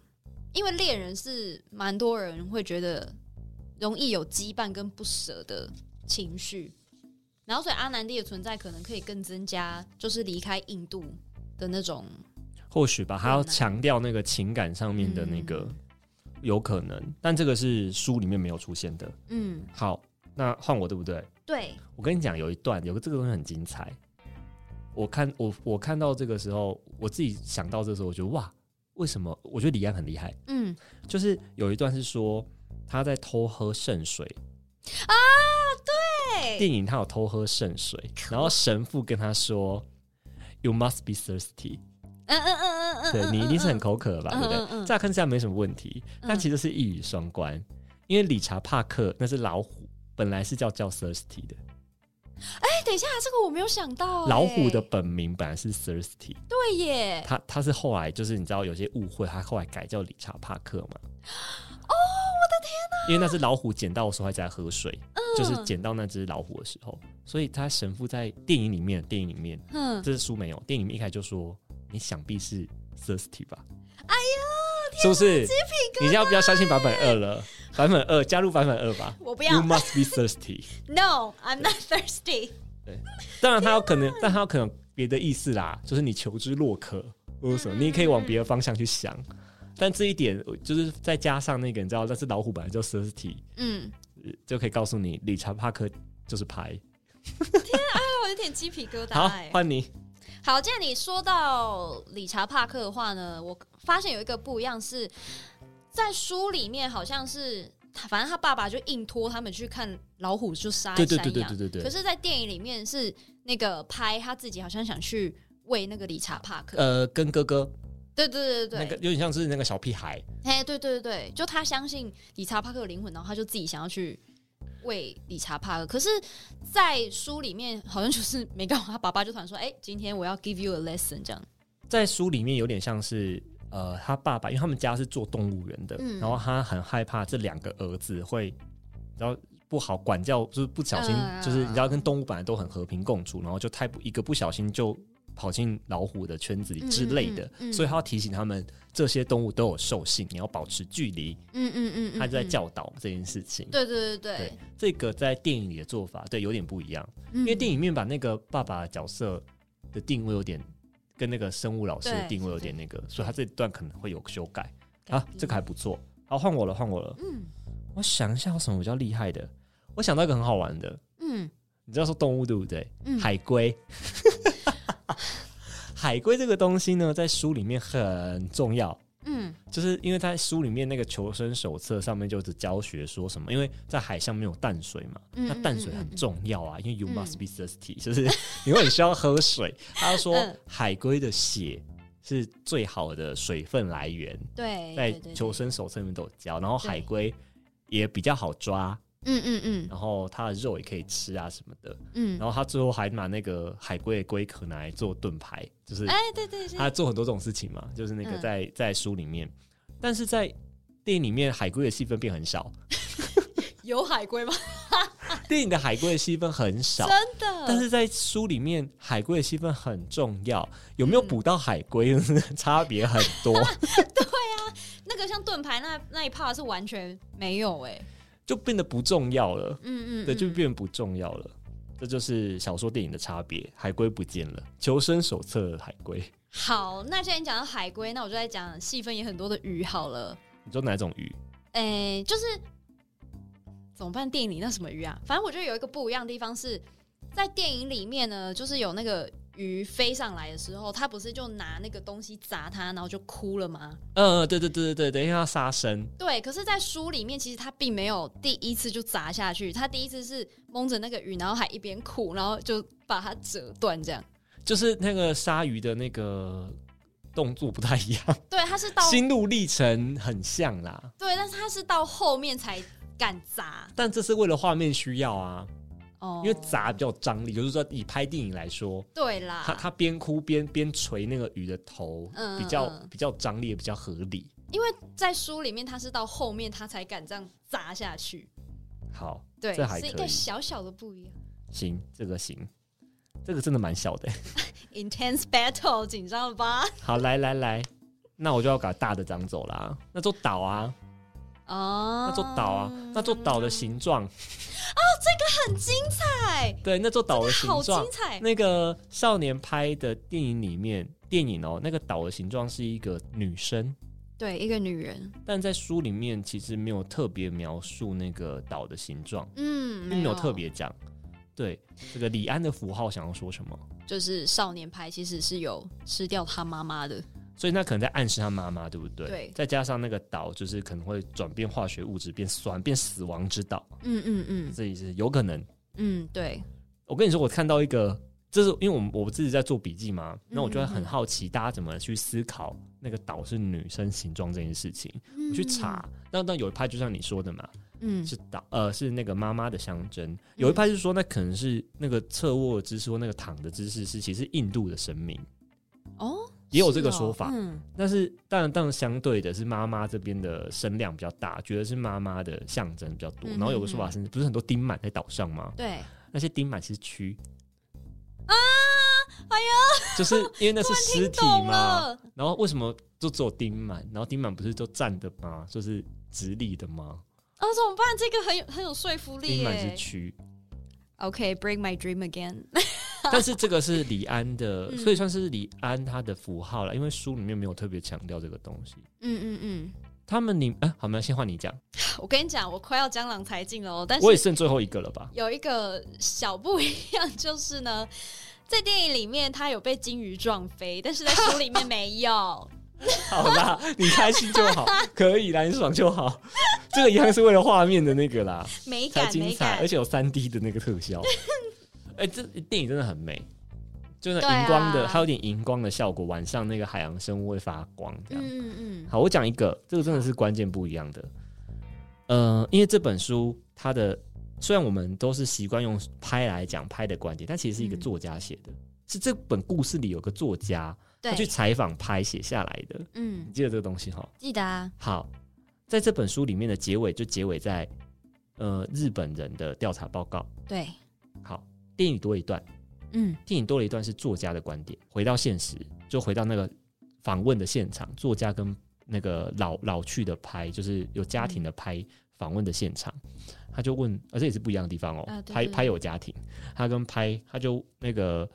Speaker 3: 因为恋人是蛮多人会觉得容易有羁绊跟不舍的情绪，然后所以阿南蒂的存在可能可以更增加，就是离开印度的那种，
Speaker 1: 或许吧，他要
Speaker 3: 困难
Speaker 1: 强调那个情感上面的那个、有可能，但这个是书里面没有出现的。
Speaker 3: 嗯，
Speaker 1: 好，那换我对不对？
Speaker 3: 对，
Speaker 1: 我跟你讲，有一段有个这个东西很精彩。我看我我看到这个时候，我自己想到这时候，我觉得哇，为什么？我觉得李安很厉害，
Speaker 3: 嗯，
Speaker 1: 就是有一段是说他在偷喝圣水，
Speaker 3: 对，哎
Speaker 1: 电影他有偷喝圣水，然后神父跟他说，You must be thirsty，
Speaker 3: 嗯嗯嗯嗯嗯，
Speaker 1: 对你一定是很口渴吧，
Speaker 3: 嗯
Speaker 1: 对不
Speaker 3: 嗯嗯
Speaker 1: 对？
Speaker 3: 嗯
Speaker 1: 乍看之下没什么问题，但
Speaker 3: 嗯
Speaker 1: 其实是一语双关，因为理查帕克那是老虎，本来是叫叫 thirsty 的，
Speaker 3: 哎，等一下，这个我没有想到、哎
Speaker 1: 老虎的本名本来是 thirsty，
Speaker 3: 对耶，
Speaker 1: 他他是后来就是你知道有些误会，他后来改叫理查帕克嘛。哦，我的天哪！因为那只老虎捡到的时候还在喝水，
Speaker 3: 嗯
Speaker 1: 就是捡到那只老虎的时候，所以他神父在电影里面，电影里面
Speaker 3: 嗯，
Speaker 1: 这是书没有，电影里面一开始就说你想必是 thirsty 吧？哎呀，是不是？
Speaker 3: 啊
Speaker 1: 你要不要相信版本二了？版本二加入版本二吧。
Speaker 3: 我不
Speaker 1: You
Speaker 3: 要
Speaker 1: must be thirsty。
Speaker 3: ，No，I'm not thirsty，
Speaker 1: 当然，他有可能，但他有可能别的意思啦，就是你求知若渴，或者什
Speaker 3: 嗯
Speaker 1: 么，你也可以往别的方向去想。但这一点，我就是再加上那个，你知道，那是老虎本来就 thirsty，
Speaker 3: 嗯，
Speaker 1: 就可以告诉你，理查帕克就是牌。
Speaker 3: 哎，我有点鸡皮疙瘩、
Speaker 1: 好
Speaker 3: 哎，
Speaker 1: 换你。
Speaker 3: 好，既然你说到理查·帕克的话呢，我发现有一个不一样是，在书里面好像是他，反正他爸爸就硬拖他们去看老虎就杀
Speaker 1: 对
Speaker 3: 山
Speaker 1: 对对
Speaker 3: 羊，
Speaker 1: 对对对对。
Speaker 3: 可是，在电影里面是那个拍他自己好像想去喂那个理查·帕克，
Speaker 1: 呃，跟哥哥
Speaker 3: 对对对对
Speaker 1: 那
Speaker 3: 对，
Speaker 1: 个有点像是那个小屁孩，
Speaker 3: 哎，对对对对，就他相信理查帕克有灵魂，然后他就自己想要去为理查帕克。可是，在书里面好像就是没干嘛，他爸爸就突然说：“哎、今天我要 give you a lesson。”这样，
Speaker 1: 在书里面有点像是呃，他爸爸，因为他们家是做动物园的，
Speaker 3: 嗯
Speaker 1: 然后他很害怕这两个儿子会，然后不好管教，就是不小心，
Speaker 3: 嗯
Speaker 1: 就是你知道跟动物本来都很和平共处，然后就太不一个不小心就跑进老虎的圈子里之类的，
Speaker 3: 嗯嗯嗯嗯
Speaker 1: 所以他要提醒他们，这些动物都有兽性，你要保持距离，
Speaker 3: 嗯嗯嗯
Speaker 1: 他就在。教导这件事情。
Speaker 3: 对对对
Speaker 1: 对
Speaker 3: 对，，
Speaker 1: 这个在电影里的做法，对，有点不一样。因为电
Speaker 3: 影
Speaker 1: 影里面把那个爸爸角色的定位有点跟那个生物老师的定位有点那个，所以他这段可能会有修改啊，这个还不错。好，换我了，换我了。
Speaker 3: 嗯
Speaker 1: 我想一下有什么比较厉害的，我想到一个很好玩的，
Speaker 3: 嗯
Speaker 1: 你知道说动物对不对？
Speaker 3: 嗯，
Speaker 1: 海龟。海龟这个东西呢，在书里面很重要，
Speaker 3: 嗯
Speaker 1: 就是因为在书里面那个求生手册上面就是教学说什么，因为在海上没有淡水嘛，
Speaker 3: 嗯
Speaker 1: 那
Speaker 3: 嗯
Speaker 1: 淡水
Speaker 3: 嗯
Speaker 1: 很
Speaker 3: 嗯
Speaker 1: 重要啊，因为 you must
Speaker 3: 嗯
Speaker 1: be thirsty，、就是因为你需要喝水。他就说
Speaker 3: 嗯
Speaker 1: 海龟的血是最好的水分来源，
Speaker 3: 对，
Speaker 1: 在
Speaker 3: 对对
Speaker 1: 求
Speaker 3: 对
Speaker 1: 生手册里面都有教。然后
Speaker 3: 对
Speaker 1: 海龟也比较好抓，
Speaker 3: 嗯嗯嗯
Speaker 1: 然后它的肉也可以吃啊什么的。
Speaker 3: 嗯，
Speaker 1: 然后他最后还拿那个海龟的龟壳拿来做盾牌，就是
Speaker 3: 哎，对对对，
Speaker 1: 他做很多这种事情嘛，就是那个
Speaker 3: 嗯
Speaker 1: 在、在书里面，但是在电影里面海龟的戏份变很少，
Speaker 3: 有海龟吗？
Speaker 1: 电影的海龟的戏份很少，
Speaker 3: 真的，
Speaker 1: 但是在书里面海龟的戏份很重要，有没有补到海龟、 差别很 多，
Speaker 3: 那个像盾牌那那一 part 是完全没有哎，
Speaker 1: 就变得不重要了，
Speaker 3: 嗯嗯，
Speaker 1: 对，就
Speaker 3: 嗯
Speaker 1: 变得不重要了。这就是小说电影的差别，海龟不见了，求生手册的海龟，
Speaker 3: 好，那既然你讲到海龟，那我就来讲戏份也很多的鱼好了。
Speaker 1: 你说哪种鱼？
Speaker 3: 诶、就是怎么办？电影里那什么鱼啊？反正我觉得有一个不一样的地方是在电影里面呢，就是有那个鱼飞上来的时候，它不是就拿那个东西砸它，然后就哭了吗？
Speaker 1: 呃，对对对对对对，因为它杀生，
Speaker 3: 对，可是，在书里面其实它并没有第一次就砸下去，它第一次是蒙着那个鱼，然后还一边哭，然后就把它折断这样。
Speaker 1: 就是那个鲨鱼的那个动作不太一样，
Speaker 3: 对，它是到
Speaker 1: 心路历程很像啦，
Speaker 3: 对，但是它是到后面才敢砸
Speaker 1: 但这是为了画面需要啊，
Speaker 3: 哦，
Speaker 1: 因为砸比较有张力，就是说以拍电影来说，
Speaker 3: 对啦，
Speaker 1: 他他边哭边边捶那个鱼的头，
Speaker 3: 啊嗯
Speaker 1: 比较
Speaker 3: 嗯
Speaker 1: 比较张力，比较合理。
Speaker 3: 因为在书里面他是到后面他才敢这样砸下去，
Speaker 1: 好，
Speaker 3: 对，
Speaker 1: 这还
Speaker 3: 是一
Speaker 1: 可
Speaker 3: 个
Speaker 1: 以，
Speaker 3: 小小的不一样。
Speaker 1: 行，这个行，这个真的蛮小的。
Speaker 3: Intense battle，紧张了吧？
Speaker 1: 好，来来来，那我就要把大的长走啦，那座岛啊，
Speaker 3: 哦
Speaker 1: 那座岛啊，那座岛的形状，
Speaker 3: 很精彩，
Speaker 1: 对，那座岛的形
Speaker 3: 好精
Speaker 1: 状，
Speaker 3: 彩，哦
Speaker 1: 那个少年拍的电影里面，电影哦，那个岛的形状是一个女生，
Speaker 3: 对，一个女人，
Speaker 1: 但在书里面其实没有特别描述那个岛的形状，
Speaker 3: 嗯，
Speaker 1: 并没有特，别讲。对这个李安的符号想要说什么，
Speaker 3: 就是少年派其实是有吃掉他妈妈的，
Speaker 1: 所以那可能在暗示他妈妈，对不对？
Speaker 3: 对
Speaker 1: 再加上那个岛就是可能会转变化学物质变酸，变死亡之岛，
Speaker 3: 嗯嗯嗯
Speaker 1: 这也是有可能。
Speaker 3: 嗯，对，
Speaker 1: 我跟你说，我看到一个，这是因为我们我自己在做笔记嘛，那我就会
Speaker 3: 嗯嗯
Speaker 1: 很
Speaker 3: 嗯
Speaker 1: 好奇大家怎么去思考那个岛是女生形状这件事情。我去查，那那有一派就像你说的嘛，
Speaker 3: 嗯，
Speaker 1: 是岛呃是那个妈妈的象征，有一派是说那可能是那个侧卧姿势或那个躺的姿势是其实是印度的神明，
Speaker 3: 哦，
Speaker 1: 也有这
Speaker 3: 是
Speaker 1: 个
Speaker 3: 哦
Speaker 1: 说法
Speaker 3: 嗯
Speaker 1: 但是当然当然相对的是妈妈这边的声量比较大，觉得是妈妈的象征比较多。
Speaker 3: 嗯
Speaker 1: 然后有个说法是，不是很多丁满在岛上吗？
Speaker 3: 对，
Speaker 1: 那些丁满是蛆，
Speaker 3: 啊，哎呀，
Speaker 1: 就是因为那是尸体
Speaker 3: 懂
Speaker 1: 嘛。
Speaker 3: 了，
Speaker 1: 然后为什么就只有丁满？然后丁满不是就站的吗？就是直立的吗？
Speaker 3: 哦，怎么办？这个很有很有说服力
Speaker 1: 丁满是
Speaker 3: 耶。
Speaker 1: 蛆。
Speaker 3: OK，bring、my dream again
Speaker 1: 但是这个是李安的，
Speaker 3: 嗯
Speaker 1: 所以算是李安他的符号了，因为书里面没有特别强调这个东西。
Speaker 3: 嗯嗯嗯，
Speaker 1: 他们你哎、好，没有先换你讲，
Speaker 3: 我跟你讲，我快要江郎才尽了哦。但
Speaker 1: 我也
Speaker 3: 是
Speaker 1: 剩最后一个了吧？
Speaker 3: 有一个小不一样，就是呢，
Speaker 7: 在电影里面他有被金鱼撞飞，但是在书里面没 有。
Speaker 1: 好啦，你开心就 好，可以啦，你爽就好。这个一样是为了画面的那个啦，
Speaker 7: 美
Speaker 1: 才
Speaker 7: 感，
Speaker 1: 精
Speaker 7: 美
Speaker 1: 彩，而
Speaker 7: 感，
Speaker 1: 且有三 D 的那个特效。 哎、这电影真的很美，就是
Speaker 7: 对啊
Speaker 1: 荧光的，它有点荧光的效果，晚上那个海洋生物会发光这样。
Speaker 7: 嗯嗯
Speaker 1: 好，我讲一个，这个真的是关键不一样的。呃，因为这本书它的虽然我们都是习惯用拍来讲拍的观点，但其实是一个
Speaker 3: 嗯
Speaker 1: 作家写的，是这本故事里有个作家他
Speaker 7: 对
Speaker 1: 去采访拍写下来的。你
Speaker 3: 嗯，
Speaker 1: 记得这个东西哈？
Speaker 3: 记得啊，
Speaker 1: 好，在这本书里面的结尾就结尾在呃日本人的调查报告。
Speaker 3: 对，
Speaker 1: 好，电影多了一段，
Speaker 3: 嗯
Speaker 1: 电影多了一段是作家的观点，回到现实，就回到那个访问的现场，作家跟那个老老去的拍，就是有家
Speaker 3: 嗯
Speaker 1: 庭的拍访问的现场，他就问，而、这也是不一样的地方哦，
Speaker 3: 啊对
Speaker 1: 拍
Speaker 3: 对
Speaker 1: 拍有家庭，他跟拍他就那个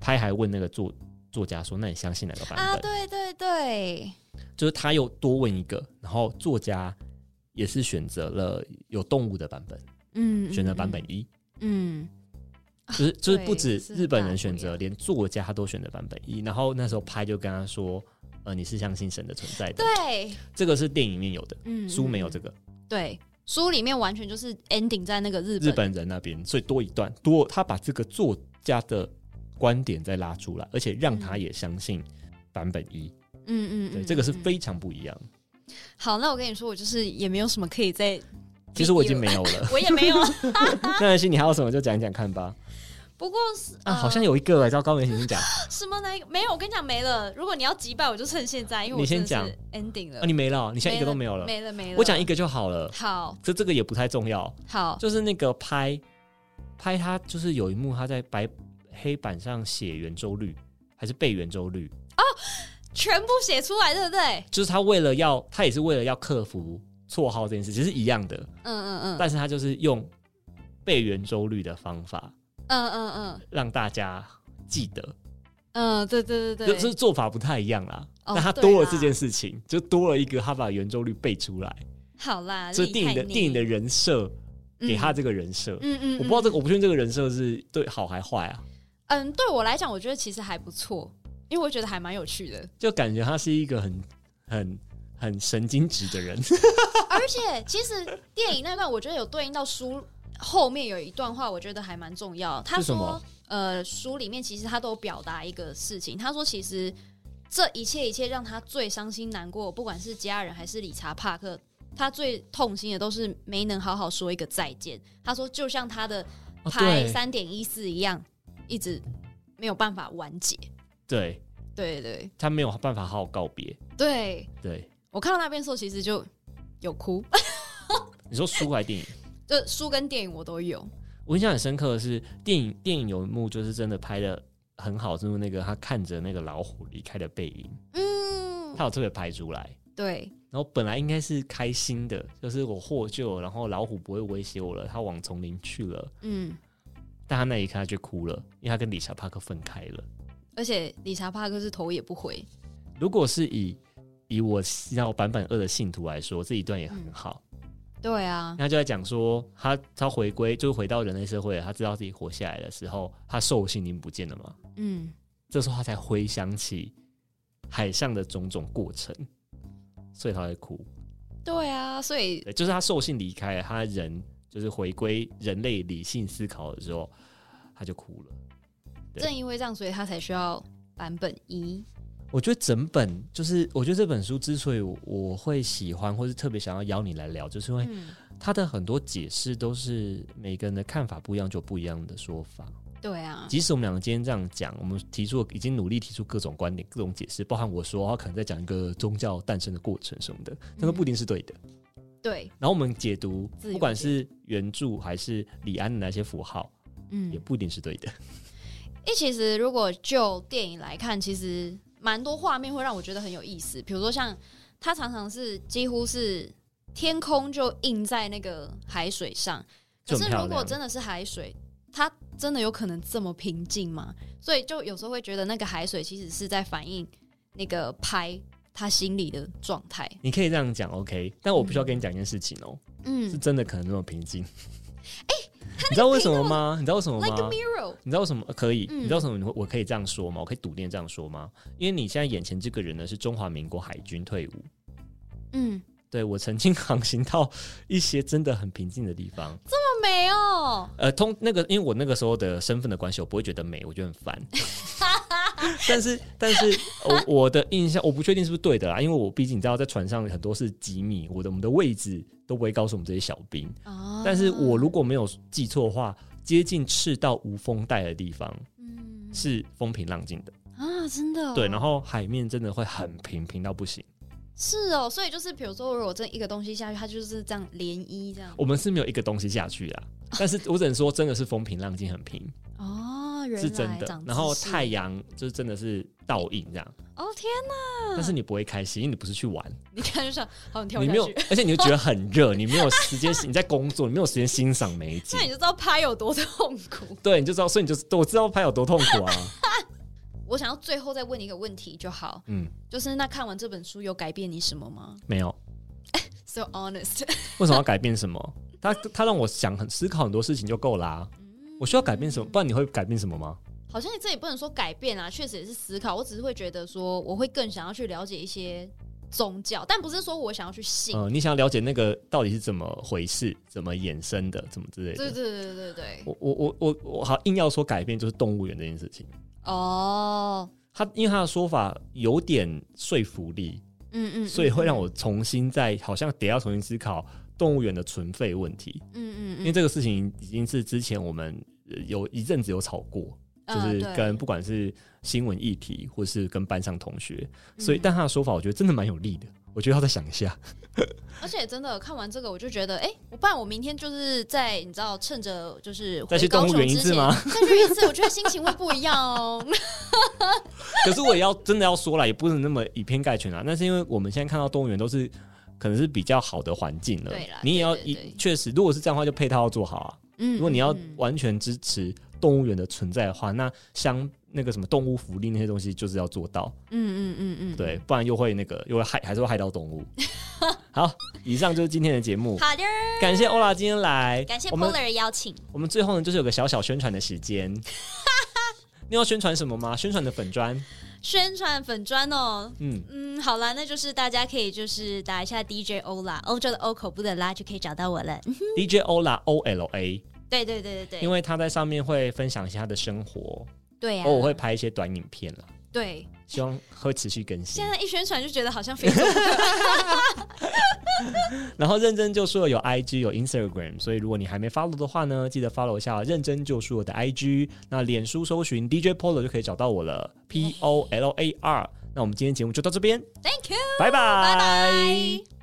Speaker 1: 拍还问那个作作家说，那你相信哪个版本？
Speaker 3: 啊，对对对，
Speaker 1: 就是他又多问一个，然后作家也是选择了有动物的版本，
Speaker 3: 嗯，
Speaker 1: 选择版本一，
Speaker 3: 嗯，
Speaker 1: 就是就是
Speaker 3: 对
Speaker 1: 不止
Speaker 3: 是
Speaker 1: 日本人
Speaker 3: 大
Speaker 1: 选
Speaker 3: 不一
Speaker 1: 择，
Speaker 3: 样
Speaker 1: 连作家他都选择版本一。然后那时候拍就跟他说，呃，你是相信神的存在的，
Speaker 7: 对，
Speaker 1: 这个是电影里面有的，
Speaker 3: 嗯，嗯
Speaker 1: 书没有这，个，
Speaker 3: 嗯对，书里面完全就是 ending 在那个日
Speaker 1: 日本人那边，所以多一段多，他把这个作家的观点再拉出来，而且让他也相信版本一，
Speaker 3: 嗯嗯
Speaker 1: 对，
Speaker 3: 嗯，
Speaker 1: 这个是
Speaker 3: 嗯
Speaker 1: 非常不一样。
Speaker 3: 好。那我跟你说，我就是也没有什么可 以再，
Speaker 1: 其实我已经没有 了，
Speaker 7: 我也没有。
Speaker 1: 那南希你还有什么就讲一讲看吧。
Speaker 7: 不过是
Speaker 3: 嗯
Speaker 1: 啊，好像
Speaker 7: 呃
Speaker 1: 有一个哎，照高原已经讲。
Speaker 7: 什么呢？没有，我跟你讲没了。如果你要击败，我就趁现在，因为
Speaker 1: 你
Speaker 7: 我
Speaker 1: 先
Speaker 7: 真的是 ending 了
Speaker 1: 啊，。你没了，你现在一个都没有了。
Speaker 7: 没了没了。
Speaker 1: 我讲一个就好了，
Speaker 3: 好
Speaker 1: 这这个也不太重要。
Speaker 3: 好，
Speaker 1: 就是那个拍拍他，就是有一幕他在白黑板上写圆周率还是背圆周率，
Speaker 7: 全部写出来，对不对？
Speaker 1: 就是他为了要他也是为了要克服绰号这件事，其实一样的，
Speaker 3: 嗯嗯嗯，
Speaker 1: 但是他就是用背圆周率的方法
Speaker 3: 嗯嗯嗯
Speaker 1: 让大家记得，
Speaker 3: 嗯，对对对
Speaker 1: 就
Speaker 3: 对，
Speaker 1: 是做法不太一样啦。
Speaker 3: 哦啊
Speaker 1: 那他
Speaker 3: 对
Speaker 1: 多了
Speaker 3: 啦
Speaker 1: 这件事情，就多了一个他把圆周率背出来，
Speaker 3: 好啦，
Speaker 1: 这是电影的
Speaker 3: 啊厉害你
Speaker 1: 电影的人设给他，这个人设。
Speaker 3: 嗯嗯嗯，
Speaker 1: 我不知道这个，我不确定这个人设是对好还坏啊，
Speaker 3: 嗯，对我来讲，我觉得其实还不错，因为我觉得还蛮有趣的。
Speaker 1: 就感觉他是一个很很很神经质的人。
Speaker 3: 而且其实电影那段，我觉得有对应到书后面有一段话，我觉得还蛮重要。他
Speaker 1: 是什
Speaker 3: 说
Speaker 1: 么，
Speaker 3: 呃，书里面其实他都有表达一个事情，他说其实这一切一切让他最伤心难过，不管是家人还是理查帕克，他最痛心的都是没能好好说一个再见。他说，就像他的
Speaker 1: 哦
Speaker 3: 拍
Speaker 1: 对
Speaker 3: 三点一四一样，一直没有办法完结。
Speaker 1: 对
Speaker 3: 对对
Speaker 1: 他没有办法好好告别。
Speaker 3: 对，
Speaker 1: 对，
Speaker 3: 我看到那边的时候，其实就有哭，
Speaker 1: 你说书还电影，
Speaker 3: 就书跟电影我都有。
Speaker 1: 我印象很深刻的是电影电影有一幕就是真的拍的很好，就是那个他看着那个老虎离开的背影，
Speaker 3: 嗯，
Speaker 1: 他有特别拍出来。
Speaker 3: 对，
Speaker 1: 然后本来应该是开心的，就是我获救，然后老虎不会威胁我了，他往丛林去了。
Speaker 3: 嗯，
Speaker 1: 但他那一刻他却哭了，因为他跟理查帕克分开了。
Speaker 3: 而且理查帕克是头也不回。
Speaker 1: 如果是以以我要版本二的信徒来说，这一段也很好。
Speaker 3: 对啊，
Speaker 1: 他就在讲说，他他回归，就是回到人类社会了，他知道自己活下来的时候，他兽性已经不见了嘛。
Speaker 3: 嗯，
Speaker 1: 这时候他才回想起海上的种种过程，所以他会哭。
Speaker 3: 对啊，所以
Speaker 1: 对，就是他兽性离开了，他人就是回归人类理性思考的时候，他就哭了。对
Speaker 3: 正因为这样，所以他才需要版本一。
Speaker 1: 我觉得整本就是，我觉得这本书之所以我我会喜欢，或是特别想要邀你来聊，就是因为
Speaker 3: 嗯，
Speaker 1: 它的很多解释都是每个人的看法不一样，就有不一样的说法。
Speaker 3: 对啊，
Speaker 1: 即使我们两个今天这样讲，我们提出已经努力提出各种观点、各种解释，包含我说他可能在讲一个宗教诞生的过程什么的，那都不一定是对的。
Speaker 3: 对，
Speaker 1: 然后我们解读，
Speaker 3: 自由
Speaker 1: 不管是原著还是李安的那些符号，
Speaker 3: 嗯，
Speaker 1: 也不一定是对的。
Speaker 3: 因为其实如果就电影来看，其实蛮多画面会让我觉得很有意思。比如说像它常常是几乎是天空就映在那个海水上，可
Speaker 1: 就很
Speaker 3: 是
Speaker 1: 漂亮
Speaker 3: 如果真的是海水，它真的有可能这么平静吗？所以就有时候会觉得那个海水其实是在反映那个拍他心里的状态。
Speaker 1: 你可以这样讲，OK，但我必须要跟你讲一件事情哦、是
Speaker 7: 嗯
Speaker 3: 嗯，
Speaker 1: 真的可能那么平静。你知道为什么吗？你知道为什么
Speaker 7: like a
Speaker 1: 吗？
Speaker 7: mirror，
Speaker 1: 你知道为什么呃可以？
Speaker 7: 嗯
Speaker 1: 你知道为什么你会我可以这样说吗？我可以笃定这样说吗？因为你现在眼前这个人呢是中华民国海军退伍，
Speaker 7: 嗯，
Speaker 1: 对我曾经航行到一些真的很平静的地方。
Speaker 7: 好美哦，
Speaker 1: 呃，通那个，因为我那个时候的身份的关系，我不会觉得美，我觉得 很烦。但是，但是我我的印象，我不确定是不是对的啦，因为我毕竟你知道，在船上很多是机密，我的我们的位置都不会告诉我们这些小兵。
Speaker 7: 哦
Speaker 1: 但是我如果没有记错的话，接近赤道无风带的地方
Speaker 7: 嗯
Speaker 1: 是风平浪静的，
Speaker 7: 啊，真的、
Speaker 3: 嗯
Speaker 7: 哦、
Speaker 1: 对，然后海面真的会很平，平到不行。
Speaker 3: 是哦，所以就是比如说，如果真一个东西下去，它就是这样涟漪这样。
Speaker 1: 我们是没有一个东西下去 啦，但是我只能说，真的是风平浪静，很平，
Speaker 3: 哦，原来
Speaker 1: 是真的
Speaker 3: 长。
Speaker 1: 然后
Speaker 3: 知识
Speaker 1: 太阳就是真的是倒映这样。
Speaker 3: 哦天
Speaker 1: 但是你不会开心，因为你不是去玩，
Speaker 3: 你看就想，好，你跳
Speaker 1: 你
Speaker 3: 下
Speaker 1: 没有
Speaker 3: 去，，
Speaker 1: 而且你就觉得很热，你没有时间， 你在工作，你没有时间欣赏美景
Speaker 3: 那，你就知道拍有多痛苦。
Speaker 1: 对，你就知道，所以你就对我知道拍有多痛苦啊，
Speaker 3: 我想要最后再问你一个问题就好，
Speaker 1: 嗯，
Speaker 3: 就是那看完这本书有改变你什么吗
Speaker 1: 没有，
Speaker 3: ？So honest，
Speaker 1: 为什么要改变什么？他他让我想很思考很多事情就够啦、
Speaker 3: 嗯
Speaker 1: 我需要改变什么？不然你会改变什么吗？
Speaker 3: 好像这也不能说改变啊，确实也是思考。我只是会觉得说，我会更想要去了解一些宗教，但不是说我想要去信。
Speaker 1: 呃，你想要了解那个到底是怎么回事，怎么衍生的，怎么之类
Speaker 3: 对
Speaker 1: 的。
Speaker 3: 对对对对对，
Speaker 1: 我我我我我好硬要说改变就是动物园这件事情，
Speaker 3: 哦，
Speaker 1: 他因为他的说法有点说服力，
Speaker 3: 嗯嗯，
Speaker 1: 所以会让
Speaker 3: 我，
Speaker 1: 我重新再好像得要重新思考动物园的存废问题，
Speaker 3: 嗯
Speaker 1: 因
Speaker 3: 嗯
Speaker 1: 为
Speaker 3: 嗯，
Speaker 1: 这个事情已经是之前我们呃有一阵子有吵过，就是
Speaker 3: 嗯
Speaker 1: 跟不管是新闻议题或是跟班上同学，所以
Speaker 3: 嗯
Speaker 1: 但他的说法我觉得真的蛮有力的，我觉得要再想一下。
Speaker 3: 而且真的看完这个，我就觉得，哎、我不然我明天就是在你知道，趁着就是
Speaker 1: 再去
Speaker 3: 回高
Speaker 1: 动物
Speaker 3: 雄
Speaker 1: 园一
Speaker 3: 之
Speaker 1: 次
Speaker 3: 前
Speaker 1: 吗？
Speaker 3: 再去一次，我觉得心情会不一 样哦。
Speaker 7: 嗯
Speaker 1: 可是我也要真的要说了，也不能那么以偏概全啊。那是因为我们现在看到动物园都是可能是比较好的环境了，
Speaker 3: 对啦
Speaker 1: 你也要
Speaker 3: 对对
Speaker 1: 一
Speaker 3: 对
Speaker 1: 确实，如果是这样的话，就配套要做好啊。
Speaker 3: 嗯
Speaker 1: 如果你要
Speaker 3: 嗯
Speaker 1: 完全支持动物园的存在的话，那相那个什么动物福利那些东西就是要做到，
Speaker 3: 嗯嗯嗯，
Speaker 1: 对，不然又会那个又会害，还是会害到 动物。好，以上就是今天的节目，
Speaker 7: 好的，
Speaker 1: 感谢欧拉今天来，
Speaker 7: 感谢
Speaker 1: 我们
Speaker 7: Polar 的邀请。
Speaker 1: 我们最后呢就是有个小小宣传的时 间，你要宣传什么吗？宣传的粉砖，
Speaker 7: 宣传粉砖哦。
Speaker 1: 嗯，
Speaker 7: 嗯，好啦，那就是大家可以就是打一下 DJ 欧啦，欧洲的欧口部的啦，就可以找到我了。嗯
Speaker 1: DJ 欧拉 O L A，
Speaker 7: 对对对对
Speaker 1: 因
Speaker 7: 对，
Speaker 1: 为他在上面会分享一下他的生活，
Speaker 7: 对啊
Speaker 1: 偶尔会拍一些短影片啦，
Speaker 3: 对。
Speaker 1: 希望会持续更新
Speaker 3: 现。在一宣传就觉得好像 非洲
Speaker 1: 然后认真就说有 IG 有 Instagram，所以如果你还没 follow 的话呢，记得 follow 一下认真就说我的 IG。那脸书搜寻 DJ Polo 就可以找到我了，P O L A R。那我们今天节目就到这边，
Speaker 7: ，Thank you。
Speaker 1: 拜拜。